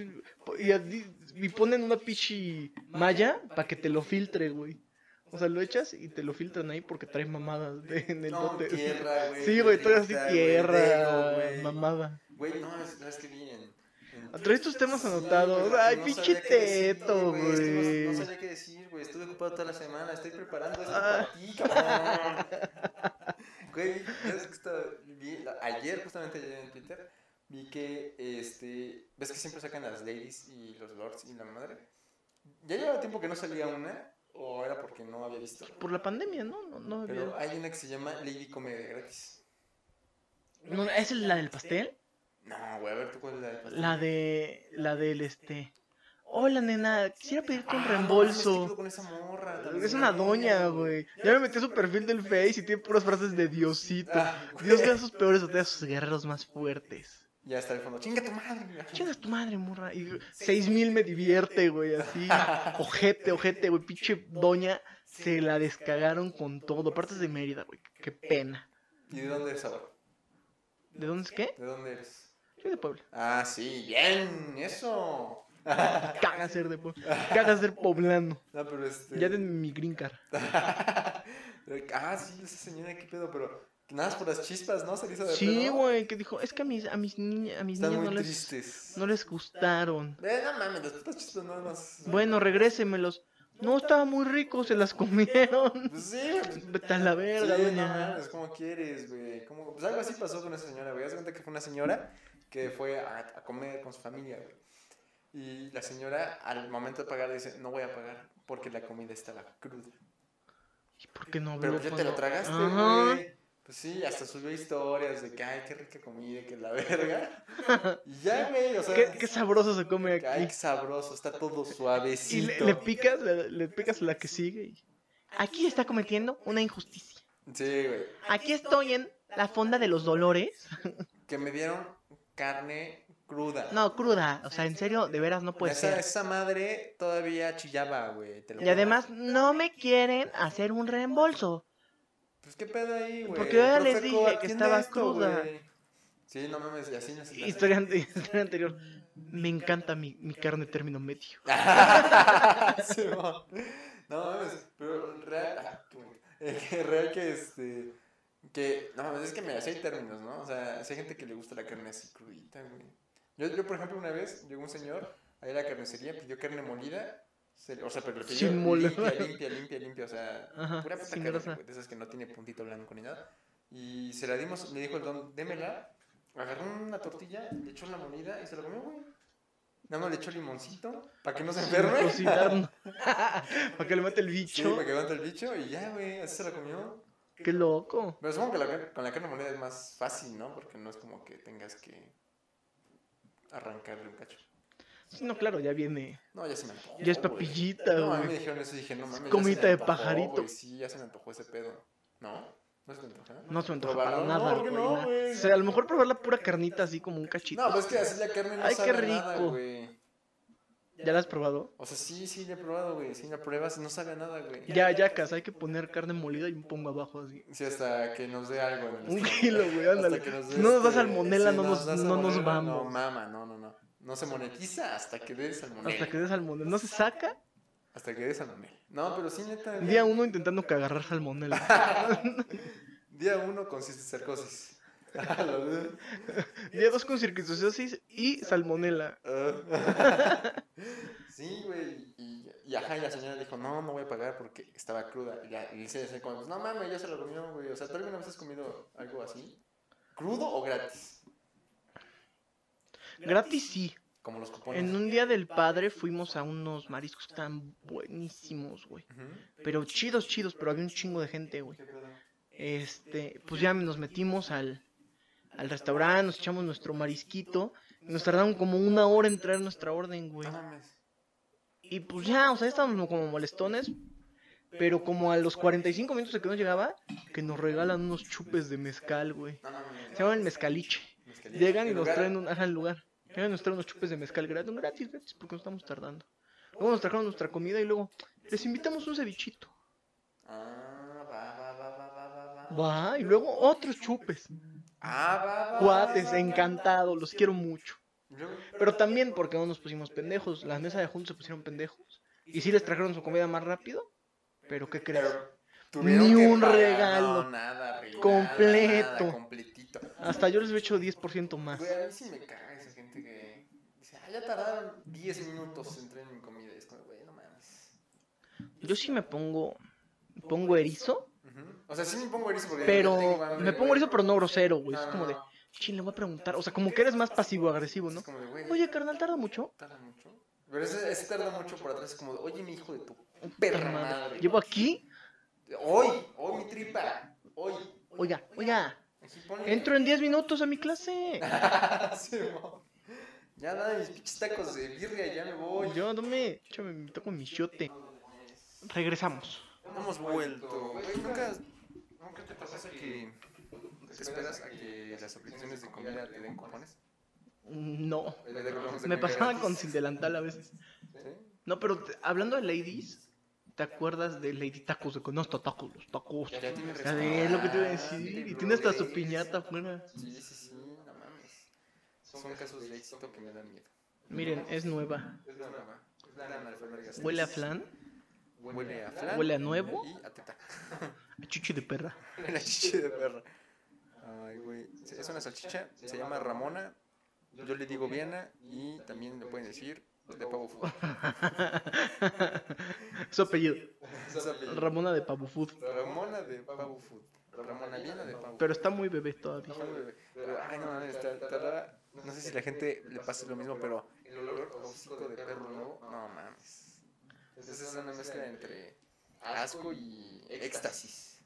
y, a ti- y ponen una pichi malla para que te lo filtre, güey. O sea, lo echas y te lo filtran ahí porque traes mamadas de- en el No, bote. <laughs> tierra, güey. sí, güey, traes así negrita, güey, tierra, dedo, güey. mamada. Güey, no, es, no, es que bien. Traes tus temas Sí, anotados. güey, Ay, no pinche sabía qué decir, teto, es que No, no güey. sabía qué decir, güey. Estuve ocupado toda la semana. Estoy preparando esto Ah. para ti, cabrón. <laughs> Güey, ¿sabes qué estaba- vi- la- ayer, justamente ayer en Twitter, vi que, este, ves que siempre sacan las ladies y los lords y la madre. Ya llevaba tiempo que no salía una, o era porque no había visto. Por la pandemia, ¿no? No, no había- Pero hay una que se llama Lady Comedia Gratis. No, no, ¿Esa es la del pastel? No, güey, a ver tú cuál es la de pastel? La de. La del este. Hola, nena, quisiera pedirte un Ah, no mames, ¿qué pedo reembolso. con esa morra? Es una doña, güey. Ya me metí a su perfil del Face y tiene puras frases de Diosito. Ah, güey. Dios le da a sus peores batallas a sus guerreros más fuertes. Ya está el fondo. Chinga tu madre. Chingas tu madre, morra. Y seis mil me divierte, güey, así. Ojete, ojete, güey. Pinche doña. Se la descagaron con todo. Aparte es de Mérida, güey. Qué pena. ¿Y de dónde eres ahora? ¿De dónde es qué? ¿De dónde eres? Soy de Puebla. Ah, sí, bien, eso. Caga ser de Puebla. Caga ser poblano. No, pero este. Ya <laughs> den mi green card. ah, sí, esa señora, qué pedo, pero. Nada más por las chispas, ¿no? Se le hizo de Sí, pedo. güey. Que dijo, es que a mis, a mis, niña- a mis Están niñas muy no les, tristes. no les gustaron. Eh, no mames, las putas chispas no más. Bueno, regrésemelos. No, estaba muy rico, se las comieron. Pues sí, güey, pues, Vete a la verga, sí, no doña. mames, ¿cómo quieres, güey? ¿Cómo? Pues algo así pasó con esa señora, güey. Haz de cuenta que fue una señora que fue a, a comer con su familia, güey. Y la señora, al momento de pagar, dice: No voy a pagar porque la comida estaba cruda. ¿Y por qué no Pero veo pues ya te cuando- lo tragaste, Pues Ajá. güey. Pues sí, hasta subió historias de que, ay, qué rica comida, que la verga. <laughs> Y ya, güey, o sea. ¿Qué, qué sabroso se come que, Ay, aquí. qué sabroso, está todo Y suavecito. le, le picas, le, le picas la que sigue. y- Aquí está cometiendo una injusticia. Sí, güey. Aquí estoy en la fonda de los dolores. Que me dieron carne cruda. No, cruda. O sea, en serio, de veras no puede esa, ser. esa madre todavía chillaba, güey. te Pues Y lo juro. además, no me quieren hacer un reembolso. Pues qué pedo ahí, güey. Porque yo ya les Profeco, dije que atiende estaba cruda. güey. Sí, no mames, y así no se la- Historia, ante- historia anterior. Me encanta mi, mi carne término medio. <laughs> <laughs> Simón. No mames, pero real. ah, tú, güey. Eh, que real que este. Que. No mames, es que mira, sí hay términos, ¿no? O sea, sí hay gente que le gusta la carne así crudita, güey. Yo, yo, por ejemplo, una vez llegó un señor ahí a la carnicería, pidió carne molida. se- o sea, pero le pidió Sin moler. limpia, limpia, limpia, limpia. O sea, Ajá, pura puta sin carne, grasa. güey, de esas que no tiene puntito blanco ni nada. Y se la dimos, le dijo el don, démela. Agarró una tortilla, le echó la molida y se la comió, güey. Nada más le echó limoncito para que no se enferme. <laughs> Cocinarlo. Para que le mate el Sí, bicho. me quedó el bicho y ya, güey, así se la comió. Qué loco. Pero supongo que la car- con la carne molida es más fácil, ¿no? Porque no es como que tengas que arrancarle un cacho. Sí, no, claro, ya viene. No, ya se me antojó. Ya es güey. papillita, No, a mí me güey. dijeron eso y dije, no mames. ya se me Comidita de antojó, pajarito. güey, Sí, ya se me antojó ese pedo. ¿No? ¿No se te antojó? No se me antoja para Probarlo, no, nada, ¿por qué güey. no, nada. güey? O sea, a lo mejor probar la pura carnita así como un cachito. No, pues es que así la carne no Ay, qué sabe nada, rico. güey. ¿Ya la has probado? O sea, sí, sí, la he probado, güey. Sí, la pruebas y no sabe a nada, güey. Ya, yacas, hay que poner carne molida y un pongo abajo así. Sí, hasta que nos dé algo. En el Un estómago. kilo, güey, Hasta ándale. que dé, No nos da este, salmonela, sí, no nos, da no nos salmonela, vamos. No, mama, no, no, no. No se monetiza hasta que dé salmonela. Hasta que dé salmonela. ¿No se saca? Hasta que dé salmonela. No, pero sí, neta. Día uno intentando que agarrar <laughs> salmonela. Día uno consiste en sarcosis. <laughs> A la vez. Día dos con circunstancias y salmonela. Ah. sí, güey. Y, y ajá, y la señora dijo, no, no voy a pagar porque estaba cruda. Y, la, y se, se como, no mames, ya se lo comió, güey. O sea, ¿tú alguna vez has comido algo así? ¿Crudo o gratis? Gratis sí. Como los cupones. En un día del padre fuimos a unos mariscos tan buenísimos, güey. Ujú. Pero chidos, chidos, pero había un chingo de gente, güey. ¿Qué pedo? Este, pues ya nos metimos al, al restaurante, nos echamos nuestro marisquito. Nos tardaron como una hora en traer nuestra orden, güey. No mames. Y pues ya, o sea, estábamos como molestones. Pero como a los 45 minutos de que nos llegaba, que nos regalan unos chupes de mezcal, güey. No mames. Se llaman el mezcaliche. Mezcalito. Llegan y ¿El nos lugar? traen un, ajá, el lugar. Llegan y nos traen unos chupes de mezcal gratis, gratis, gratis, porque nos estamos tardando. Luego nos trajeron nuestra comida y luego les invitamos un cevichito. Ah, va, va, va, va, va, va, va. Va, y luego otros chupes. Ah, va, va. Cuates, va, va, encantado, los quiero mucho. va. Luego, Pero también porque no nos pusimos pendejos. Las mesas de juntos se pusieron pendejos. Y sí les trajeron su comida más rápido. Pero ¿qué crees? pero tuvieron Ni que un pagar- regalo. No, nada, regalo, Completo. nada, completito. Hasta yo les he hecho 10% más. Güey, a mí sí me caga esa gente que dice, ah, ya tardaron 10 minutos en traer mi comida. Y es como, güey, no mames. Yo sí me pongo. Pongo erizo. Ujú. O sea, sí me pongo erizo porque tengo Pero. hambre, Me pongo güey. erizo, pero no grosero, güey. No, Es no, como de. no. Chin, le voy a preguntar. O sea, como que eres más pasivo-agresivo, ¿no? Es como de, güey, Oye, carnal, tarda mucho. tarda mucho. Pero ese, ese tarda mucho por atrás. Es como, de, oye, mi hijo de tu perra madre. Llevo aquí. Hoy, hoy mi tripa. Hoy. Oiga, oiga. Aquí ponle. Entro en 10 minutos a mi clase. <laughs> Sí, mo. ya dame mis pinches tacos de birria, ya me voy. Yo, dame. Échame, me toco mi chiote. Regresamos. No hemos vuelto. Güey, nunca, nunca te pasa que te esperas a que las aplicaciones de comida te den cupones. No. Eh, de- de- de- Me de- pasaba de- con sin delantal a veces. ¿Sí? No, pero te- hablando de ladies, ¿te acuerdas de Lady Tacos? De que no está tacos, los tacos. Ya tiene Ya ves lo que te iba a decir. restaurante, Y tiene hasta su bro. piñata afuera. Sí, sí, sí, no mames. Son casos de éxito que me dan miedo. Miren, es nueva. Es la nueva. Es la analfaberga. Huele a flan, Huele a flan. huele a nuevo, Y a teta. <laughs> a chuchi de perra. <laughs> La chicha de perro. Ay, güey. Se- Es una salchicha, se llama Ramona. Yo le digo Viana y también le pueden decir de pavo <laughs> fútbol. Su apellido, Ramona de Pavo Food. Ramona de pavo food. Ramona Viana de pavo Pero está muy bebé todavía. Food. No, güey, pero, Ay, no, mames, está, está rara. No sé si la gente le pasa lo mismo, pero el olor a hocico de perro nuevo, no mames. Entonces es una mezcla entre asco y éxtasis.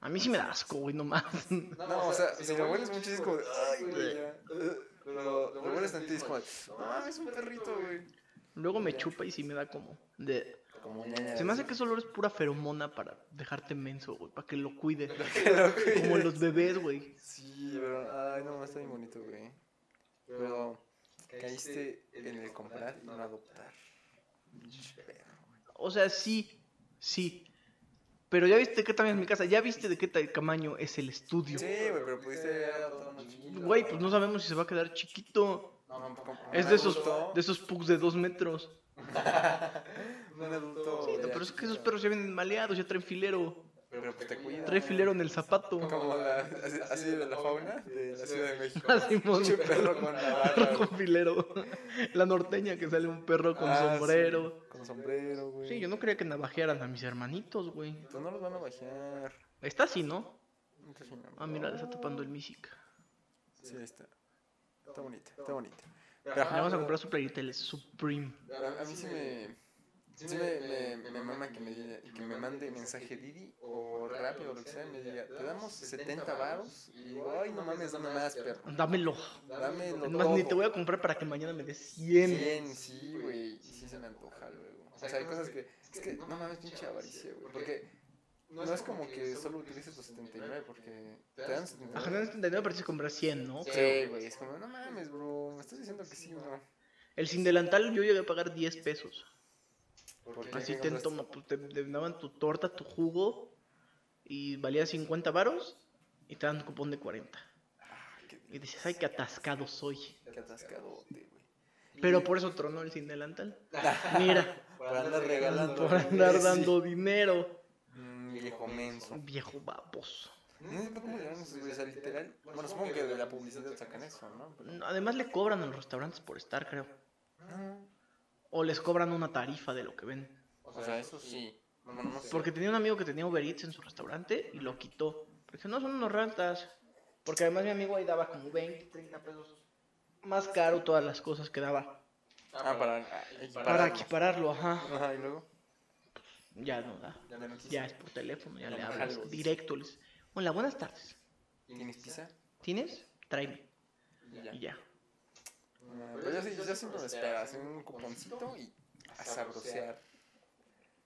A mí sí me da asco, güey, no más. No, o sea, si lo hueles mucho es como de, ay, güey, ya. Pero lo hueles tantito y es como de, no, mames, es un perrito, güey. Luego me chupa y sí me da como de... Como Se me hace que ese olor es pura feromona para dejarte menso, güey, para que lo cuide. que... <laughs> Como los bebés, güey. Sí, pero, ay, no, está bien bonito, güey. Pero caíste en el comprar y no adoptar. Pinche perro. O sea, sí, sí. Pero ya viste que también es mi casa, ya viste de qué ta- tamaño es el estudio. Sí, güey, pero pudiste haber adoptado uno chiquito. Güey, pues no sabemos si se va a quedar chiquito. No, tampoco. un Es de esos, adulto- de esos pugs de dos metros. Un adulto. Sí, Oh, ya pero es que esos chiquito. perros ya vienen maleados, ya traen filero. Pero pues te cuidan. Trae filero en el zapato. Como la, así, así de la fauna de la Ciudad <laughs> de México. Simón. Pinche perro con la barra, Perro güey, con filero. La norteña que sale un perro con Ah, sombrero. con sombrero, güey. Sí, yo no creía que navajearan a mis hermanitos, güey. Pues no los van a bajar. Está así, ¿no? Entonces, no. Ah, mira, le está tapando el Misic. Sí, ahí está. Está bonita, está bonita. Le vamos a comprar su playerita, el Supreme. A, a mí sí me. Sí me, me, me mama que me, diga- que me mande mensaje Didi o rápido o lo que sea y me diga, te damos 70 varos y digo, ay, no mames, dame más, perro. Dámelo. Dame lo Es más, ni te voy a todo. comprar para que mañana me des 100. 100, sí, güey. y Sí se me antoja luego. O sea, hay cosas que. Es que no mames, pinche avaricia, güey. Porque no es como que solo utilices los 79, porque te dan Ajá, no 79. es 79, pero sí comprar 100, ¿no? Sí, güey. Es como, no mames, bro. Me estás diciendo que sí, bro. El sin delantal yo llegué a pagar 10 pesos. Porque Así te toma, pues te, te daban tu torta, tu jugo y valía 50 varos y te dan un cupón de 40. Y dices, ay, qué atascado soy. Qué atascadote, güey. Pero por eso tronó el sin <laughs> delantal. Mira, Por andar regalando. por andar <laughs> dando dinero. Mm, viejo menso. Un viejo baboso. No entiendo cómo le dan esos güeyes, o sea, literal. Bueno, supongo que de la publicidad sacan eso, ¿no? Pero- No, Además le cobran a los restaurantes por estar, creo. No. O les cobran una tarifa de lo que ven. O sea, eso sí. Bueno, no sé. Porque tenía un amigo que tenía Uber Eats en su restaurante y lo quitó. Porque no son unos ratas. Porque además mi amigo ahí daba como 20, 30 pesos más caro todas las cosas que daba. Ah, para. Para, Para equipararlo, ajá. Ajá, y luego. Ya no da. Ya no quise. Ya es por teléfono, ya le No, jalo. hablas directo. le dices, Hola, buenas tardes. ¿Tienes pizza? ¿Tienes? Tráeme. Y ya. Y ya. Ah, Pero yo, sí- yo siempre me espero, hacer un cuponcito y a sabrosear.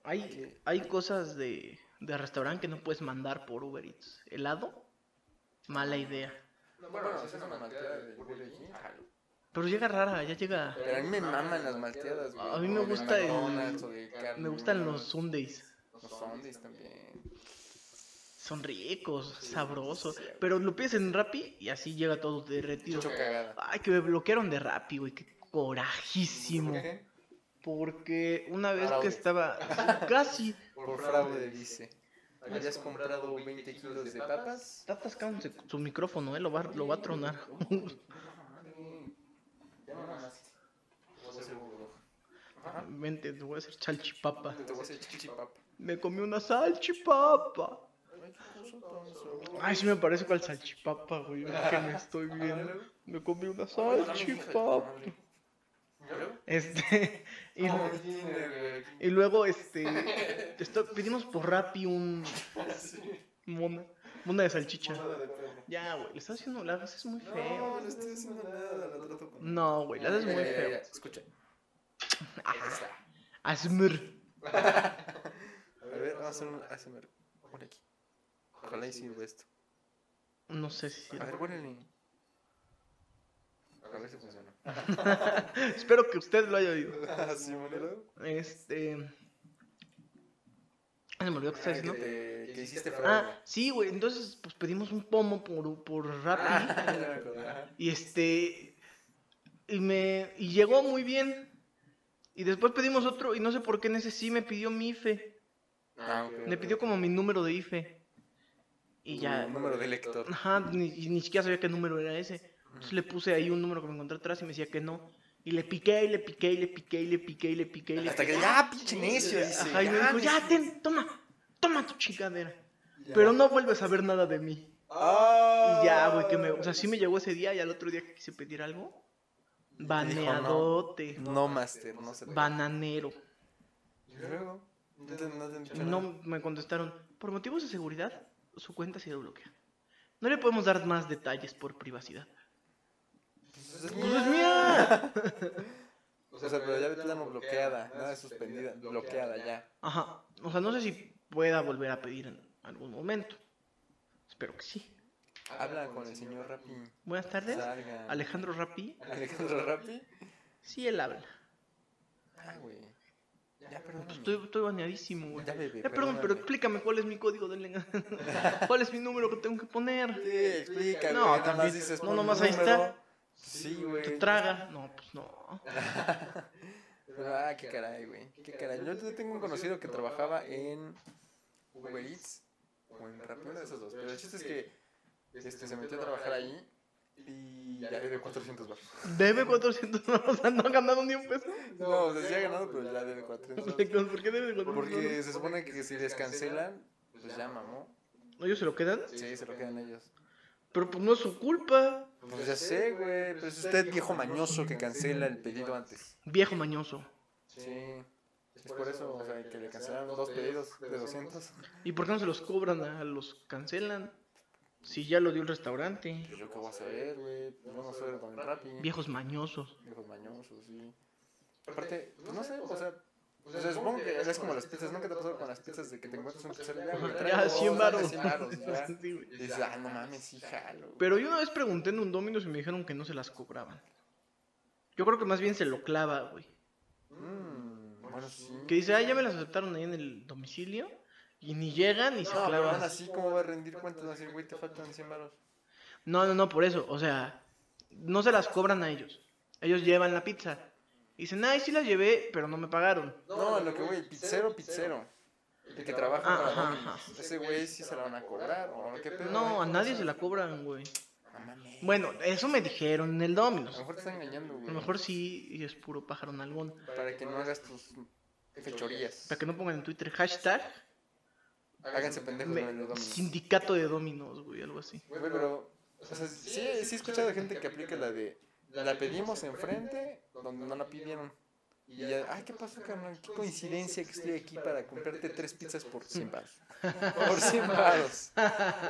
Hay, hay cosas de, de restaurante que no puedes mandar por Uber Eats. ¿Helado? Mala idea. Bueno, si es una malteada de Burger King, jalo. Pero llega rara, ya llega. Pero a mí me maman las malteadas, güey. A mí me o de gusta el- McDonald's o de carne, Me gustan los Sundays. Los sundaes también. Son ricos, sabrosos. Pero lo pides en Rappi y así llega todo derretido. Mucho cagada. Ay, que me bloquearon de Rappi, güey. Qué corajísimo. ¿Por qué? Porque una vez Fraude. que <laughs> estaba casi. Por fraude, dice. Habías comprado 20 kilos de papas. Está atascándose su micrófono, eh. Lo va, lo va a <laughs> tronar. Ya me mamaste. Voy a hacer burbuja. Ajá. Vente, te voy a hacer salchipapa. Te voy a hacer chichipapa. Me comí una salchipapa. Ay, qué cosa tan sabrosa. Ay, sí me parezco al salchipapa, güey. ahora Que me estoy viendo. Me comí una salchipapa. Este. Y, No, Tinder, Y luego, este, esto- pedimos por Rappi un mona, mona de salchicha. Ya, güey, le estás haciendo, la haces muy güey. feo. No, no estoy haciendo nada, la trato con... No, güey, la haces muy Mira, mira, feo. mira, Escucha. Asmr. A ver, vamos a hacer un ASMR. Por aquí. Ojalá y sirva esto. No sé si A ver, ponle. A ver si funciona. Espero que usted lo haya oído. Sí, bueno. Este. Ah, se me olvidó que estaba diciendo. Que hiciste fraude. Ah, sí, güey, entonces, pues pedimos un pomo por, por Rappi. Ya me acordé. Ajá. Y este. Y me. Y llegó muy bien. Y después pedimos otro. Y no sé por qué en ese sí me pidió mi IFE. Ah, ok, Le ok. pidió como mi número de IFE. Y ya. Tu número de E? lector. Ajá, ni, y ni siquiera sabía qué número era ese. Entonces le puse ahí un número que me encontré atrás y me decía que no. Y le piqué, y le piqué, y le piqué, y le piqué, y le piqué, y le Hasta piqué. que ya, pinche necio, dice. Ajá, y me dijo, me- ya, ten, toma, toma tu chingadera. Pero no vuelves a ver nada de mí. Ah. Y ya, güey, que me. O sea, sí me llegó ese día y al otro día que quise pedir algo. Baneadote. No, master, no se puede. Bananero. Y luego, No te, no te han dicho nada. No me contestaron. Por motivos de seguridad, su cuenta ha sido bloqueada. No le podemos dar más detalles por privacidad. Pues es ¡No es mía. mía! <laughs> O sea, pero ya la no bloqueada, nada de suspendida, bloqueada ya. Ajá. O sea, no sé si pueda volver a pedir en algún momento. Espero que sí. Habla con el señor Rappi. Buenas tardes. Salgan. Alejandro Rappi. Alejandro Rappi. Sí, él habla. Ay, güey. Ya, perdóname. Estoy, estoy baneadísimo, Pues güey. Ya, bebé, Eh, perdón, pero perdóname. explícame cuál es mi código de lenga- <laughs> ¿Cuál es mi número que tengo que poner? Sí, explica, No, güey. nada también- más dices, no, pon nomás un ahí está. número. Sí, ¿Te güey. traga? No, pues no. Pero, ah, qué caray, güey. Qué caray. Yo te- tengo un conocido que trabajaba en Uber Eats o en Rappi, uno de esos dos. Pero el chiste es que este, se metió a trabajar ahí y ya debe 400 baros. Debe 400 <laughs> o sea, no ha ganado ni un peso. No, o sea, sí ha ganado, pero ya debe <laughs> 400 baros. ¿Por qué debe 400? Porque se supone que si les cancelan, pues ya mamó. ¿No ellos se lo quedan? Sí, se lo quedan ellos. Pero pues no es su culpa. Pues ya sé, güey. Pero es usted viejo mañoso que cancela el pedido antes. Viejo mañoso. Sí. Es por eso, o sea, que le cancelaron dos pedidos de 200. ¿Y por qué no se los cobran? A los cancelan. Si ya lo dio el restaurante. Pues yo qué voy a saber, güey. Yo no soy tan Rappi. Viejos mañosos. Viejos mañosos, sí. Aparte, pues no sé, o sea. O sea, supongo que es como las pizzas, nunca te ha pasado con las pizzas de que te encuentras un <laughs> pizzas ya, güey, traigo Ya, dos, 100 dame baros. 100 varos, <laughs> ya. Sí, güey. Y dices, ah, no mames, sí, jalo. güey. Pero yo una vez pregunté en un Domino's y me dijeron que no se las cobraban. Yo creo que más bien se lo clava, güey. Mm, bueno, sí. Que dice, ah, ya me las aceptaron ahí en el domicilio. Y ni llegan ni se No, pero aún clavan. así, ¿cómo va a rendir cuentas? Va a decir, güey, te faltan 100 baros. No, no, no, por eso. O sea, no se las cobran a ellos. Ellos llevan la pizza. Y dicen, ay, sí la llevé, pero no me pagaron. No, lo que, güey, pizzero, pizzero. El que trabaja Ah, para ajá, Domino's. Ese güey sí se la van a cobrar, ¿o qué pedo? No, a güey? nadie se la cobran, güey. No mames. Bueno, eso me dijeron en el A Domino's. lo mejor te están engañando, A güey. lo mejor sí y es puro pájaro nalgón. Para que no hagas tus fechorías. Para que no pongan en Twitter hashtag Háganse pendejos, me- güey, los Domino's. sindicato de Dominos, güey, algo así. Güey, pero. O sea, sí, sí he escuchado de gente que aplica la de. La pedimos enfrente donde no la pidieron. Y ya, ay, ¿qué pasó, carnal? Qué coincidencia que estoy aquí para comprarte tres pizzas por 100 baros. Por 100 <laughs> baros.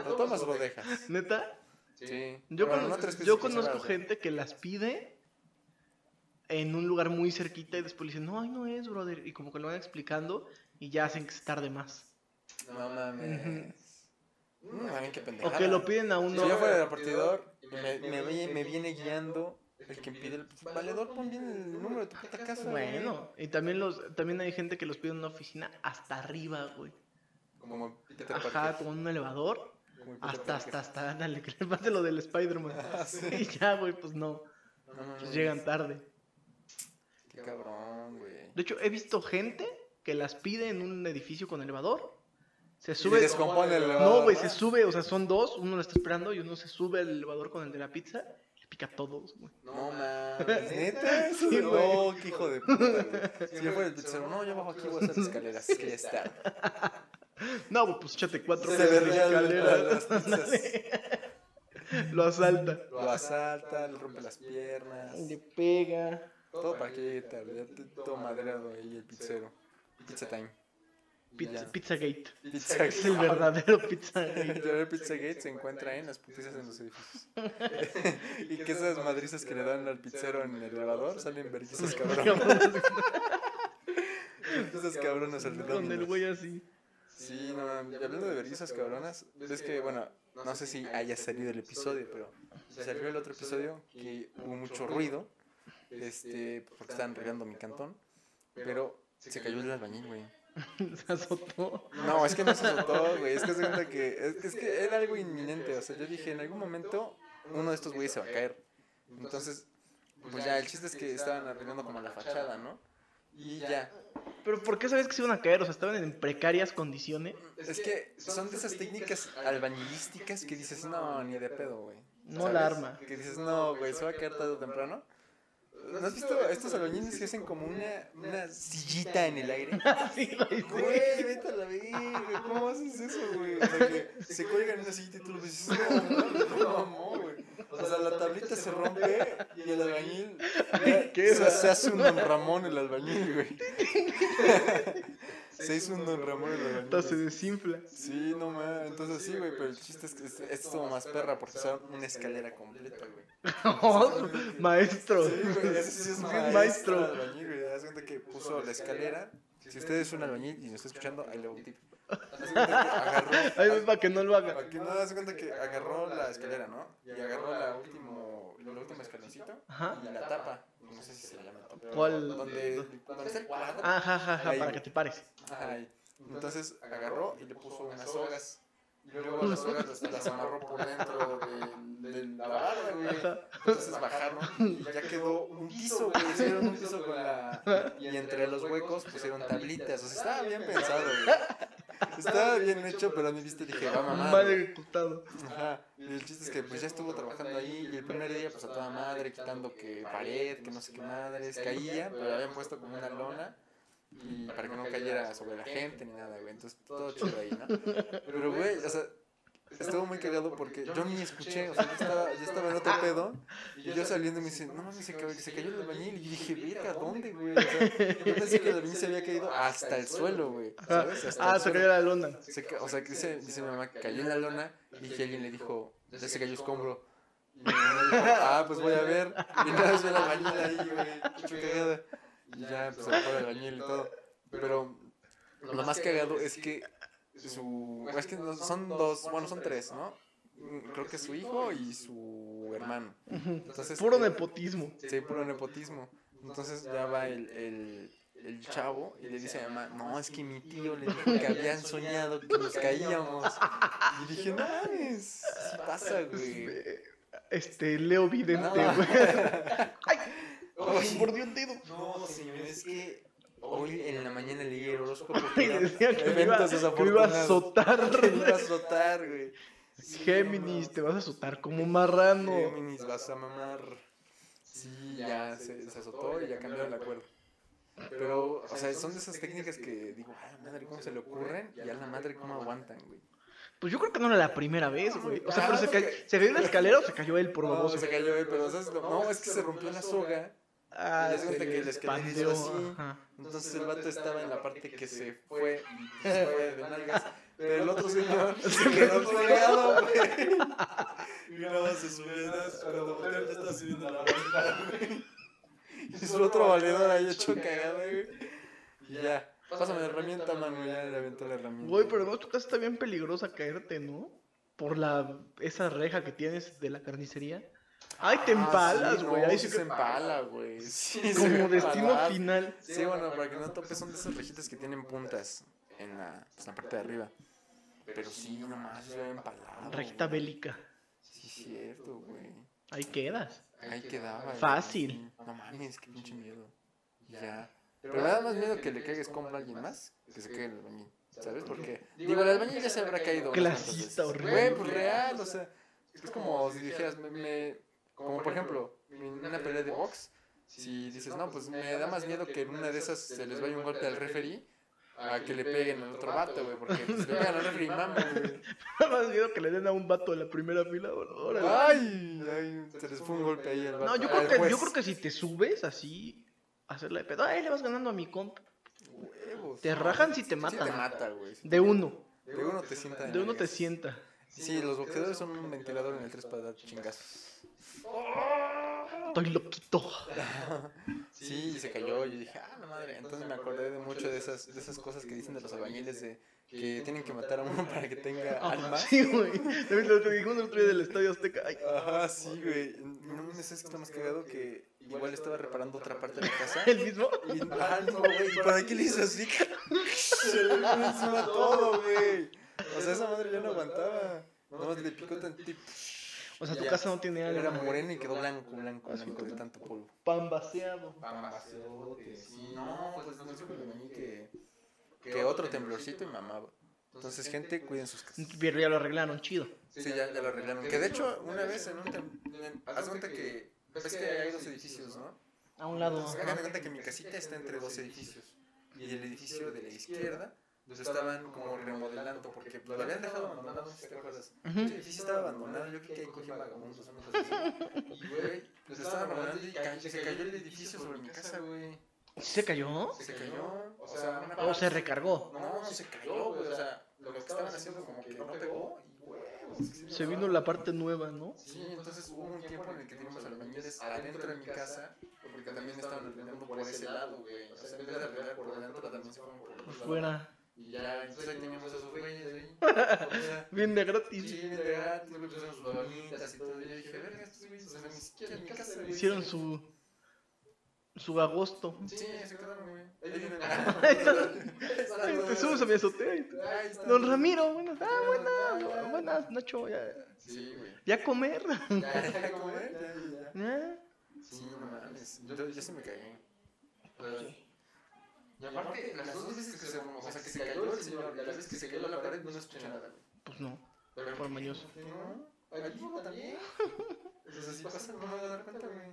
¿Lo tomas o lo dejas? Neta, Sí. yo, Bueno, cono- no tres pizzas yo por 100 conozco varos, ¿eh? gente que las pide en un lugar muy cerquita y después le dicen, no, ay, no es, brother. Y como que lo van explicando y ya hacen que se tarde más. No mames. No mames, qué O pendejada. que lo piden a Si uno. yo <laughs> fuera el repartidor, y me, me, vi- me viene guiando el que pide el valedor, pon bien el número de tu puta casa. güey. Bueno, y también los, también hay gente que los pide en una oficina hasta arriba, güey. Como Peter Ajá, Parker. como en un elevador. Como el Peter Hasta, Parker. hasta, hasta, ándale, que le pase lo del Spider-Man. <laughs> Y ya, güey, pues no. Ah, No mames. pues llegan tarde. Qué cabrón, güey. De hecho, he visto gente que las pide en un edificio con elevador. Se Se sube. descompone el elevador. No, güey, se sube, o sea, son dos, uno la está esperando y uno se sube al elevador con el de la pizza. Le pica a todos, güey. No mames. <laughs> ¿Neta? Eso Sí, no, qué hijo de puta, güey. Si yo fuera el pizzero, no, yo bajo aquí, <laughs> voy a hacer escaleras. Es que ya está. No, güey, pues échate cuatro Se veces berrea la escalera. a <laughs> las pizzas. Ándale. Lo asalta. Lo asalta, le rompe las piernas. Le pega. Todo para que llegue tarde. Ya te- todo madreado ahí el pizzero. Pizza time. Pizza, Ya. Pizzagate. Pizza Es el verdadero <laughs> Pizzagate. El Pizza Gate se encuentra en las putizas <laughs> en los edificios. y que esas madrizas que le dan al pizzero en el elevador salen verguizas cabronas. <laughs> Esas cabronas al Con el redón. güey así. <laughs> Sí, no, mames. y hablando de verguizas cabronas, ves que, bueno, no sé si haya salido el episodio, pero salió el otro episodio que hubo mucho ruido, este, porque estaban arreglando mi cantón, pero se cayó el albañil, güey. Se azotó. No, es que no se soltó, güey. Es que se cuenta que. Es, es que era algo inminente. O sea, yo dije, en algún momento uno de estos güeyes se va a caer. Entonces, pues ya, el chiste es que estaban arreglando como la fachada, ¿no? Y ya. Pero ¿por qué sabes que se iban a caer? O sea, estaban en precarias condiciones. Es que son de esas técnicas albañilísticas que dices, no, ni de pedo, güey. No la arma. Que dices, no, güey, se va a caer tarde o temprano. ¿No has visto estos albañiles que hacen como una, una sillita en el aire? <laughs> Sí, güey, sí. Güey, vete a la verga, ¿cómo haces eso, güey? O sea, que se cuelgan en una sillita y tú lo ves y dices, no, no, no, no, mamó, güey. O sea, la tablita se rompe y el albañil. Ay, qué o sea, raro. se hace un don Ramón el albañil, güey. 6-1 en Ramón el Albañil. Hasta se <laughs> desinfla. Sí, no mames. Entonces sí, güey, pero el chiste es que este- esta estuvo más perra porque usaron una escalera completa, güey. <laughs> Maestro. Sí, güey, ese sí es Bien maestro. maestro. albañil, güey. Haz cuenta que puso la escalera. Si usted es un albañil y nos está escuchando, ahí le va un tip. Haz cuenta que Ahí agarró- ves para que no lo haga. Aquí no das cuenta que agarró la escalera, ¿no? Y agarró la último, el último escaloncito Ajá. y la tapa. No sé si se llama tapa. ¿Cuál? Donde, donde está el cuadro. Ajá, ajá, ajá, Ahí, para güey. que te pares. Ajá, ahí. Entonces agarró y le puso unas sogas. Y luego las sogas las, las amarró <laughs> por dentro de, de la barra, güey. Ajá. Entonces bajaron y ya quedó un piso, güey. Hicieron <laughs> un piso con la. <laughs> Y entre los huecos pusieron tablitas. O sea, estaba bien pensado, güey. Estaba bien hecho, pero a mí viste dije, "Ah, va mamá. Mal ejecutado. Ajá. Y el chiste es que pues ya estuvo trabajando ahí y el primer día pues a toda madre quitando que pared, que no sé qué madres, caía, pero le habían puesto como una lona y para que no cayera sobre la gente ni nada, güey. Entonces todo chido ahí, <laughs> ¿no? Pero güey, o sea, estuvo muy cagado porque yo ni escuché, o sea, yo estaba, yo estaba en otro pedo y yo saliendo me dicen, no mames, se cayó, se cayó el albañil y yo dije, verga, ¿dónde, güey? O sea, yo pensé que el albañil se había caído hasta el suelo, güey. Ajá. ¿Sabes? Hasta Ah, el se suelo. cayó la lona. Se ca- o sea, que dice, dice mi mamá que cayó en la lona y que alguien le dijo, ya se cayó escombro. Y mi mamá dijo, ah, pues voy a ver. Y nada más ve la bañil ahí, güey, mucho cagada. Y ya, pues se fue el bañil y todo. Pero lo más cagado es que su... Es que no- son dos, bueno, son tres, ¿no? Creo que su hijo y su hermano. Ujú. Entonces, Puro eh, nepotismo. Sí, puro nepotismo. Entonces ya va el, el, el chavo y le dice a mi mamá, no, es que mi tío le dijo que habían soñado que nos caíamos. <laughs> Y dije, no mames, sí Ah, pasa, güey. Este, este, Leo Vidente, <laughs> güey. Oye, Mordió un <laughs> dedo. no, señor, es que hoy en la mañana leí el <laughs> horóscopo Y que era decía que me iba, eventos que me iba a desafortunados. azotar. <laughs> Que <laughs> me iba a azotar, güey. Géminis, te vas a azotar como un No, marrano. Géminis, vas a mamar. Sí, ya se, se azotó y ya cambiaron la cuerda. Pero, o sea, son de esas técnicas que digo, ah, madre, ¿cómo se le ocurren? Y a la madre, ¿cómo aguantan, güey? Pues yo creo que no era la primera vez, güey. O sea, pero Ah, se, porque- cay- ¿se cayó la escalera o se cayó él por No, baboso. se cayó, güey, pero ¿sabes? lo- No, es que se rompió la soga. Ah, Y se cuenta que la escalera hizo así. ajá. Entonces el vato estaba en la parte que se fue, se fue de nalgas. Pero el otro señor <laughs> se quedó colgado, güey. <laughs> Y nada más se subió, nada más, cuando voltearon ya estaba subiendo a la banda, güey. <laughs> Y su otro valedor ahí hecho cagado, güey. <laughs> Y ya. Pásame la herramienta, mano. Ya le aventó la herramienta. Güey, pero no, tu casa está bien peligrosa caerte, ¿no? Por la esa reja que tienes de la carnicería. Ay, te Ah, empalas, sí, güey. no, Ahí sí sí se que- empala, güey. <laughs> Sí, se va como a destino empalar. final. Sí, bueno, para que no topes son de esas rejitas que tienen puntas en la, pues, en la parte de arriba. Pero sí, nomás yo empalado. Rejita Ah, güey. bélica. Sí, cierto, güey. Ahí quedas. Ahí quedaba. güey. Fácil. Sí. No mames, qué pinche miedo. Y Ya. Pero me da más miedo que le caigas con alguien más que se caiga el albañil. ¿Sabes? Porque, digo, el albañil ya se habrá caído. unas cuantas Clasista, veces. horrible. Güey, pues real, o sea. Es como si dijeras, me. me- como por ejemplo, en una pelea de box, si dices, no, pues me da más miedo que en una de esas se les vaya un golpe al referee a que le peguen al otro vato, güey. Porque pues, le pegan al referee, mama, güey. Más miedo que le den a un vato de la primera fila. órale. Ay, ay, se les fue un golpe ahí al vato. No, yo al creo, que, yo juez. creo que si te subes así, a hacerla de pedo, ay, le vas ganando a mi compa. Huevos. Te rajan si te Sí te matan. mata, güey. De uno, De uno te sienta. de uno te sienta. Sí, los boxeadores son un ventilador en el 3 para dar chingazos. Estoy loquito. Sí, y se cayó. Y dije, ah, la madre. Entonces me acordé de mucho de esas, de esas cosas que dicen de los albañiles de que tienen que matar a uno para que tenga alma. Sí, güey. También lo que dijimos el otro día del Estadio Azteca. Ay, Ajá, sí, güey. No me sé si está más cagado que igual estaba reparando otra parte de la casa. el mismo. <laughs> Y, ah, no, güey, ¿y ¿para qué le hizo <laughs> así? Se le vino encima todo, güey. O sea, esa madre ya no aguantaba. Nomás le picó tantito. O sea, tu Ya. casa no tiene Era algo. moreno y quedó blanco, blanco, blanco de tanto polvo. Pan vaciado. Pambaceote, sí. No, pues no se mí que, que otro temblorcito y mamaba. Entonces, gente, cuiden sus casas. Pero ya lo arreglaron, chido. Sí, ya, ya lo arreglaron. Que de hecho, una vez en un temblor. Haz cuenta que. Ves que hay dos edificios, ¿no? A un lado. Entonces, Pues, hagan de cuenta que mi casita está entre dos edificios. Y el edificio de la izquierda los estaban como remodelando porque pues, lo habían dejado abandonado, no sé si te acuerdas. Ujú. Ese edificio estaba abandonado, yo creo que ahí cogían vagabundos una cosa así. <laughs> Y güey, pues, los estaban abandonando y ca- se cayó el edificio sobre mi casa, güey. ¿Sí se cayó? Se cayó. O sea, sea, una O se parte- recargó. No, no se cayó, güey. O sea, lo que estaban haciendo como que no pegó y, güey, pues, que Se me vino va. la parte nueva, ¿no? Sí, entonces hubo un tiempo en el que teníamos albañiles adentro de mi casa, porque también estaban arreglando por ese lado, güey. O sea, en vez de arreglar por dentro, también se fueron por el otro Por lado. fuera. Y ya, entonces ahí teníamos esos güeyes ahí. O sea, Bien de gratis. Sí, bien de gratis, güey, pusieron sus babanitas y todo. Y yo dije, verga, estos güeyes, o sea, ni siquiera en mi casa, güey. Hicieron su. Su agosto. Sí, se quedaron, güey. Ay, Te subes a mi azotea. y- Don Ramiro, buenas. Ah, buenas. Buenas, Nacho. Ya, Sí, güey. ya comer. <laughs> Ya, ya, como, eh, ya, Ah, ya. Sí, no mames. Yo, yo, sí me cagué. Y aparte, las dos veces que se, o sea, que se cayó el señor, y a las veces que se cayó la pared, no se escucha nada. güey. Pues no. Pero Por mañoso. ¿no? Aquí vivo también. Entonces, si pasa, no me voy a dar cuenta, güey.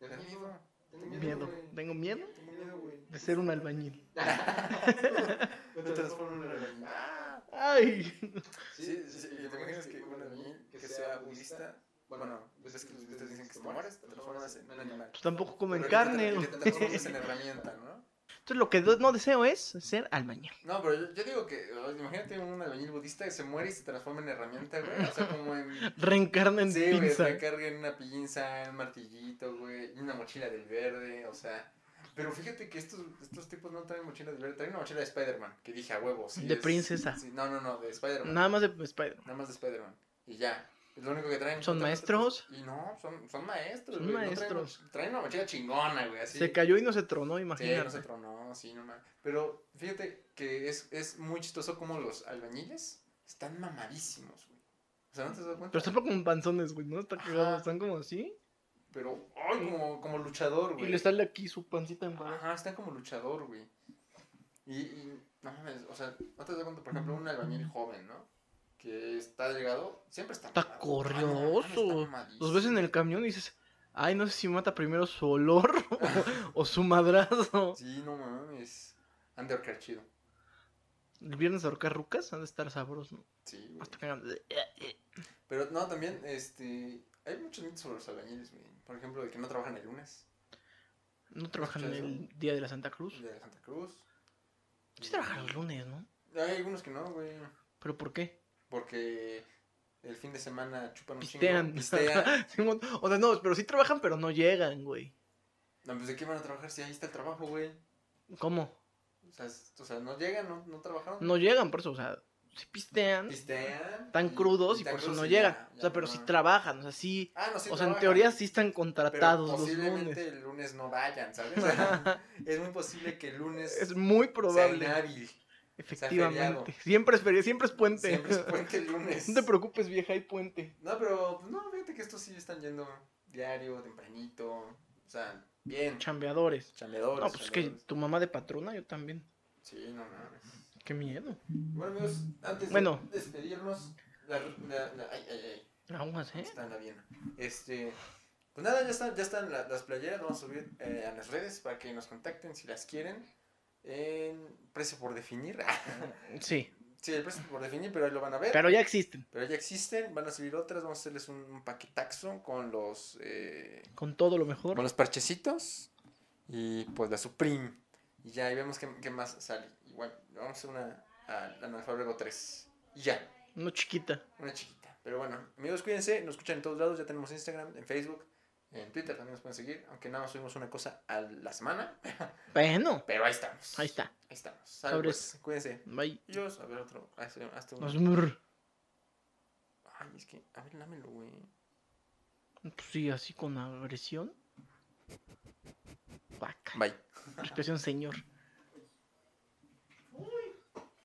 Me da miedo. Tengo miedo, Miedo. güey. Tengo miedo Tengo miedo, <laughs> güey. de ser un albañil. Me transformo en una araña. Ay. Sí, sí, y te imaginas que un albañil que sea budista, bueno, pues es que los budistas dicen que si te mueres, te transformas en un animal. Pues tampoco comen Pero carne. que te- güey. <laughs> que te transformas en herramienta, ¿no? Entonces lo que do- no deseo es ser albañil. No, pero yo, yo digo que, o sea, imagínate un albañil budista que se muere y se transforma en herramienta, güey. O sea, como en... Reencarna <laughs> en Sí, güey, pinza. te carga en una pinza, un martillito, güey, y una mochila del verde, o sea... Pero fíjate que estos, estos tipos no traen mochila del verde, traen una mochila de Spider-Man, que dije a huevos. De princesa. no, no, no, de Spider-Man. Nada más de spider Nada más de Spider-Man. Y ya. Es lo único que traen. ¿Son No traen maestros? otras cosas. Y no, son, son maestros. Son güey, no traen- maestros. traen, una mochila chingona, güey. Así. Se cayó y no se tronó, Sí, imagínate. no se tronó, sí, no mames. Pero fíjate que es, es muy chistoso como los albañiles están mamadísimos, güey. O sea, no te has dado cuenta. Pero están como panzones, güey, ¿no? Está cagado, Ajá. están como así. Pero, ay, como, como luchador, Y güey. le sale aquí su pancita en barro. Ajá, están como luchador, güey. Y, y, no mames, o sea, no te das cuenta, por ejemplo, un albañil joven, ¿no? Que está delgado, siempre está. Está mamado. Ah, no mames, está corrioso. mamadísimo. Los ves en el camión y dices, ay, no sé si mata primero su olor <laughs> o, o su madrazo. Sí, no mames. Undercar chido. El viernes de ahorcar rucas han de estar sabrosos, ¿no? Sí, güey. Hasta que hagan- eh, Pero no, también, este. Hay muchos mitos sobre los albañiles, güey. Por ejemplo, de que no trabajan el lunes, No trabajan ¿Escuchas el día de la Santa Cruz. de Santa Cruz. Eh, Sí trabajan los lunes, ¿no? Hay algunos que no, güey. ¿Pero por qué? Porque el fin de semana chupan un Pistean. <laughs> chingo. <laughs> Pistean. Simón, o sea, no, pero sí trabajan, pero no llegan, güey. No, pues de qué van a trabajar si ahí está el trabajo, güey. ¿Cómo? O sea, es- o sea, no llegan, no, no trabajaron. No llegan, por eso, o sea, sí pistean, Pistean. están crudos y tan por eso crudos no y llegan. ya- o ya sea, no pero sí van. trabajan, o sea, sí. Ah, no, sí o sea, en trabajan, teoría sí están pero contratados los posiblemente lunes. el lunes no vayan, ¿sabes? <laughs> <laughs> O sea, es muy posible que el lunes Es muy probable. <laughs> sea inhábil. feriado. Efectivamente. Siempre es feria, siempre es puente. Siempre es puente el <laughs> lunes. no te preocupes, vieja, hay puente. No, pero pues, no, fíjate que estos sí están yendo diario, tempranito. O sea, bien. Chambeadores. Chambeadores. No, pues es que chambeadores. tu mamá de patrona, yo también. Sí, no mames. Qué miedo. Bueno, amigos, antes Bueno. de despedirnos. La, la- la- ay, ay, ay. Aguas, ¿eh? Está en la Viena. Este. Pues nada, ya están, ya están la- las playeras. Vamos a subir eh, a las redes para que nos contacten si las quieren. En precio por definir. Ah, Sí, sí, el precio por definir, pero ahí lo van a ver. pero ya existen. Pero ya existen, van a subir otras. Vamos a hacerles un, un paquetaxo con los. eh, Con todo lo con mejor. los parchecitos y pues la Supreme. Y ya ahí vemos qué, qué más sale. Igual, vamos a hacer una al analfabrego 3. Y ya, No chiquita. una chiquita. Pero bueno, amigos, cuídense, nos escuchan en todos lados. Ya tenemos Instagram, en Facebook, en Twitter también nos pueden seguir. Aunque nada más subimos una cosa a la semana. Bueno, Pero ahí estamos. ahí está. Ahí estamos. Sale, Sobres. pues, cuídense. Bye. Dios, a ver otro. Hazte hazte uno. Nos mur. Ay, es que, a ver, lámelo, güey. Pues sí, así con agresión. Vaca. Bye. Expresión señor.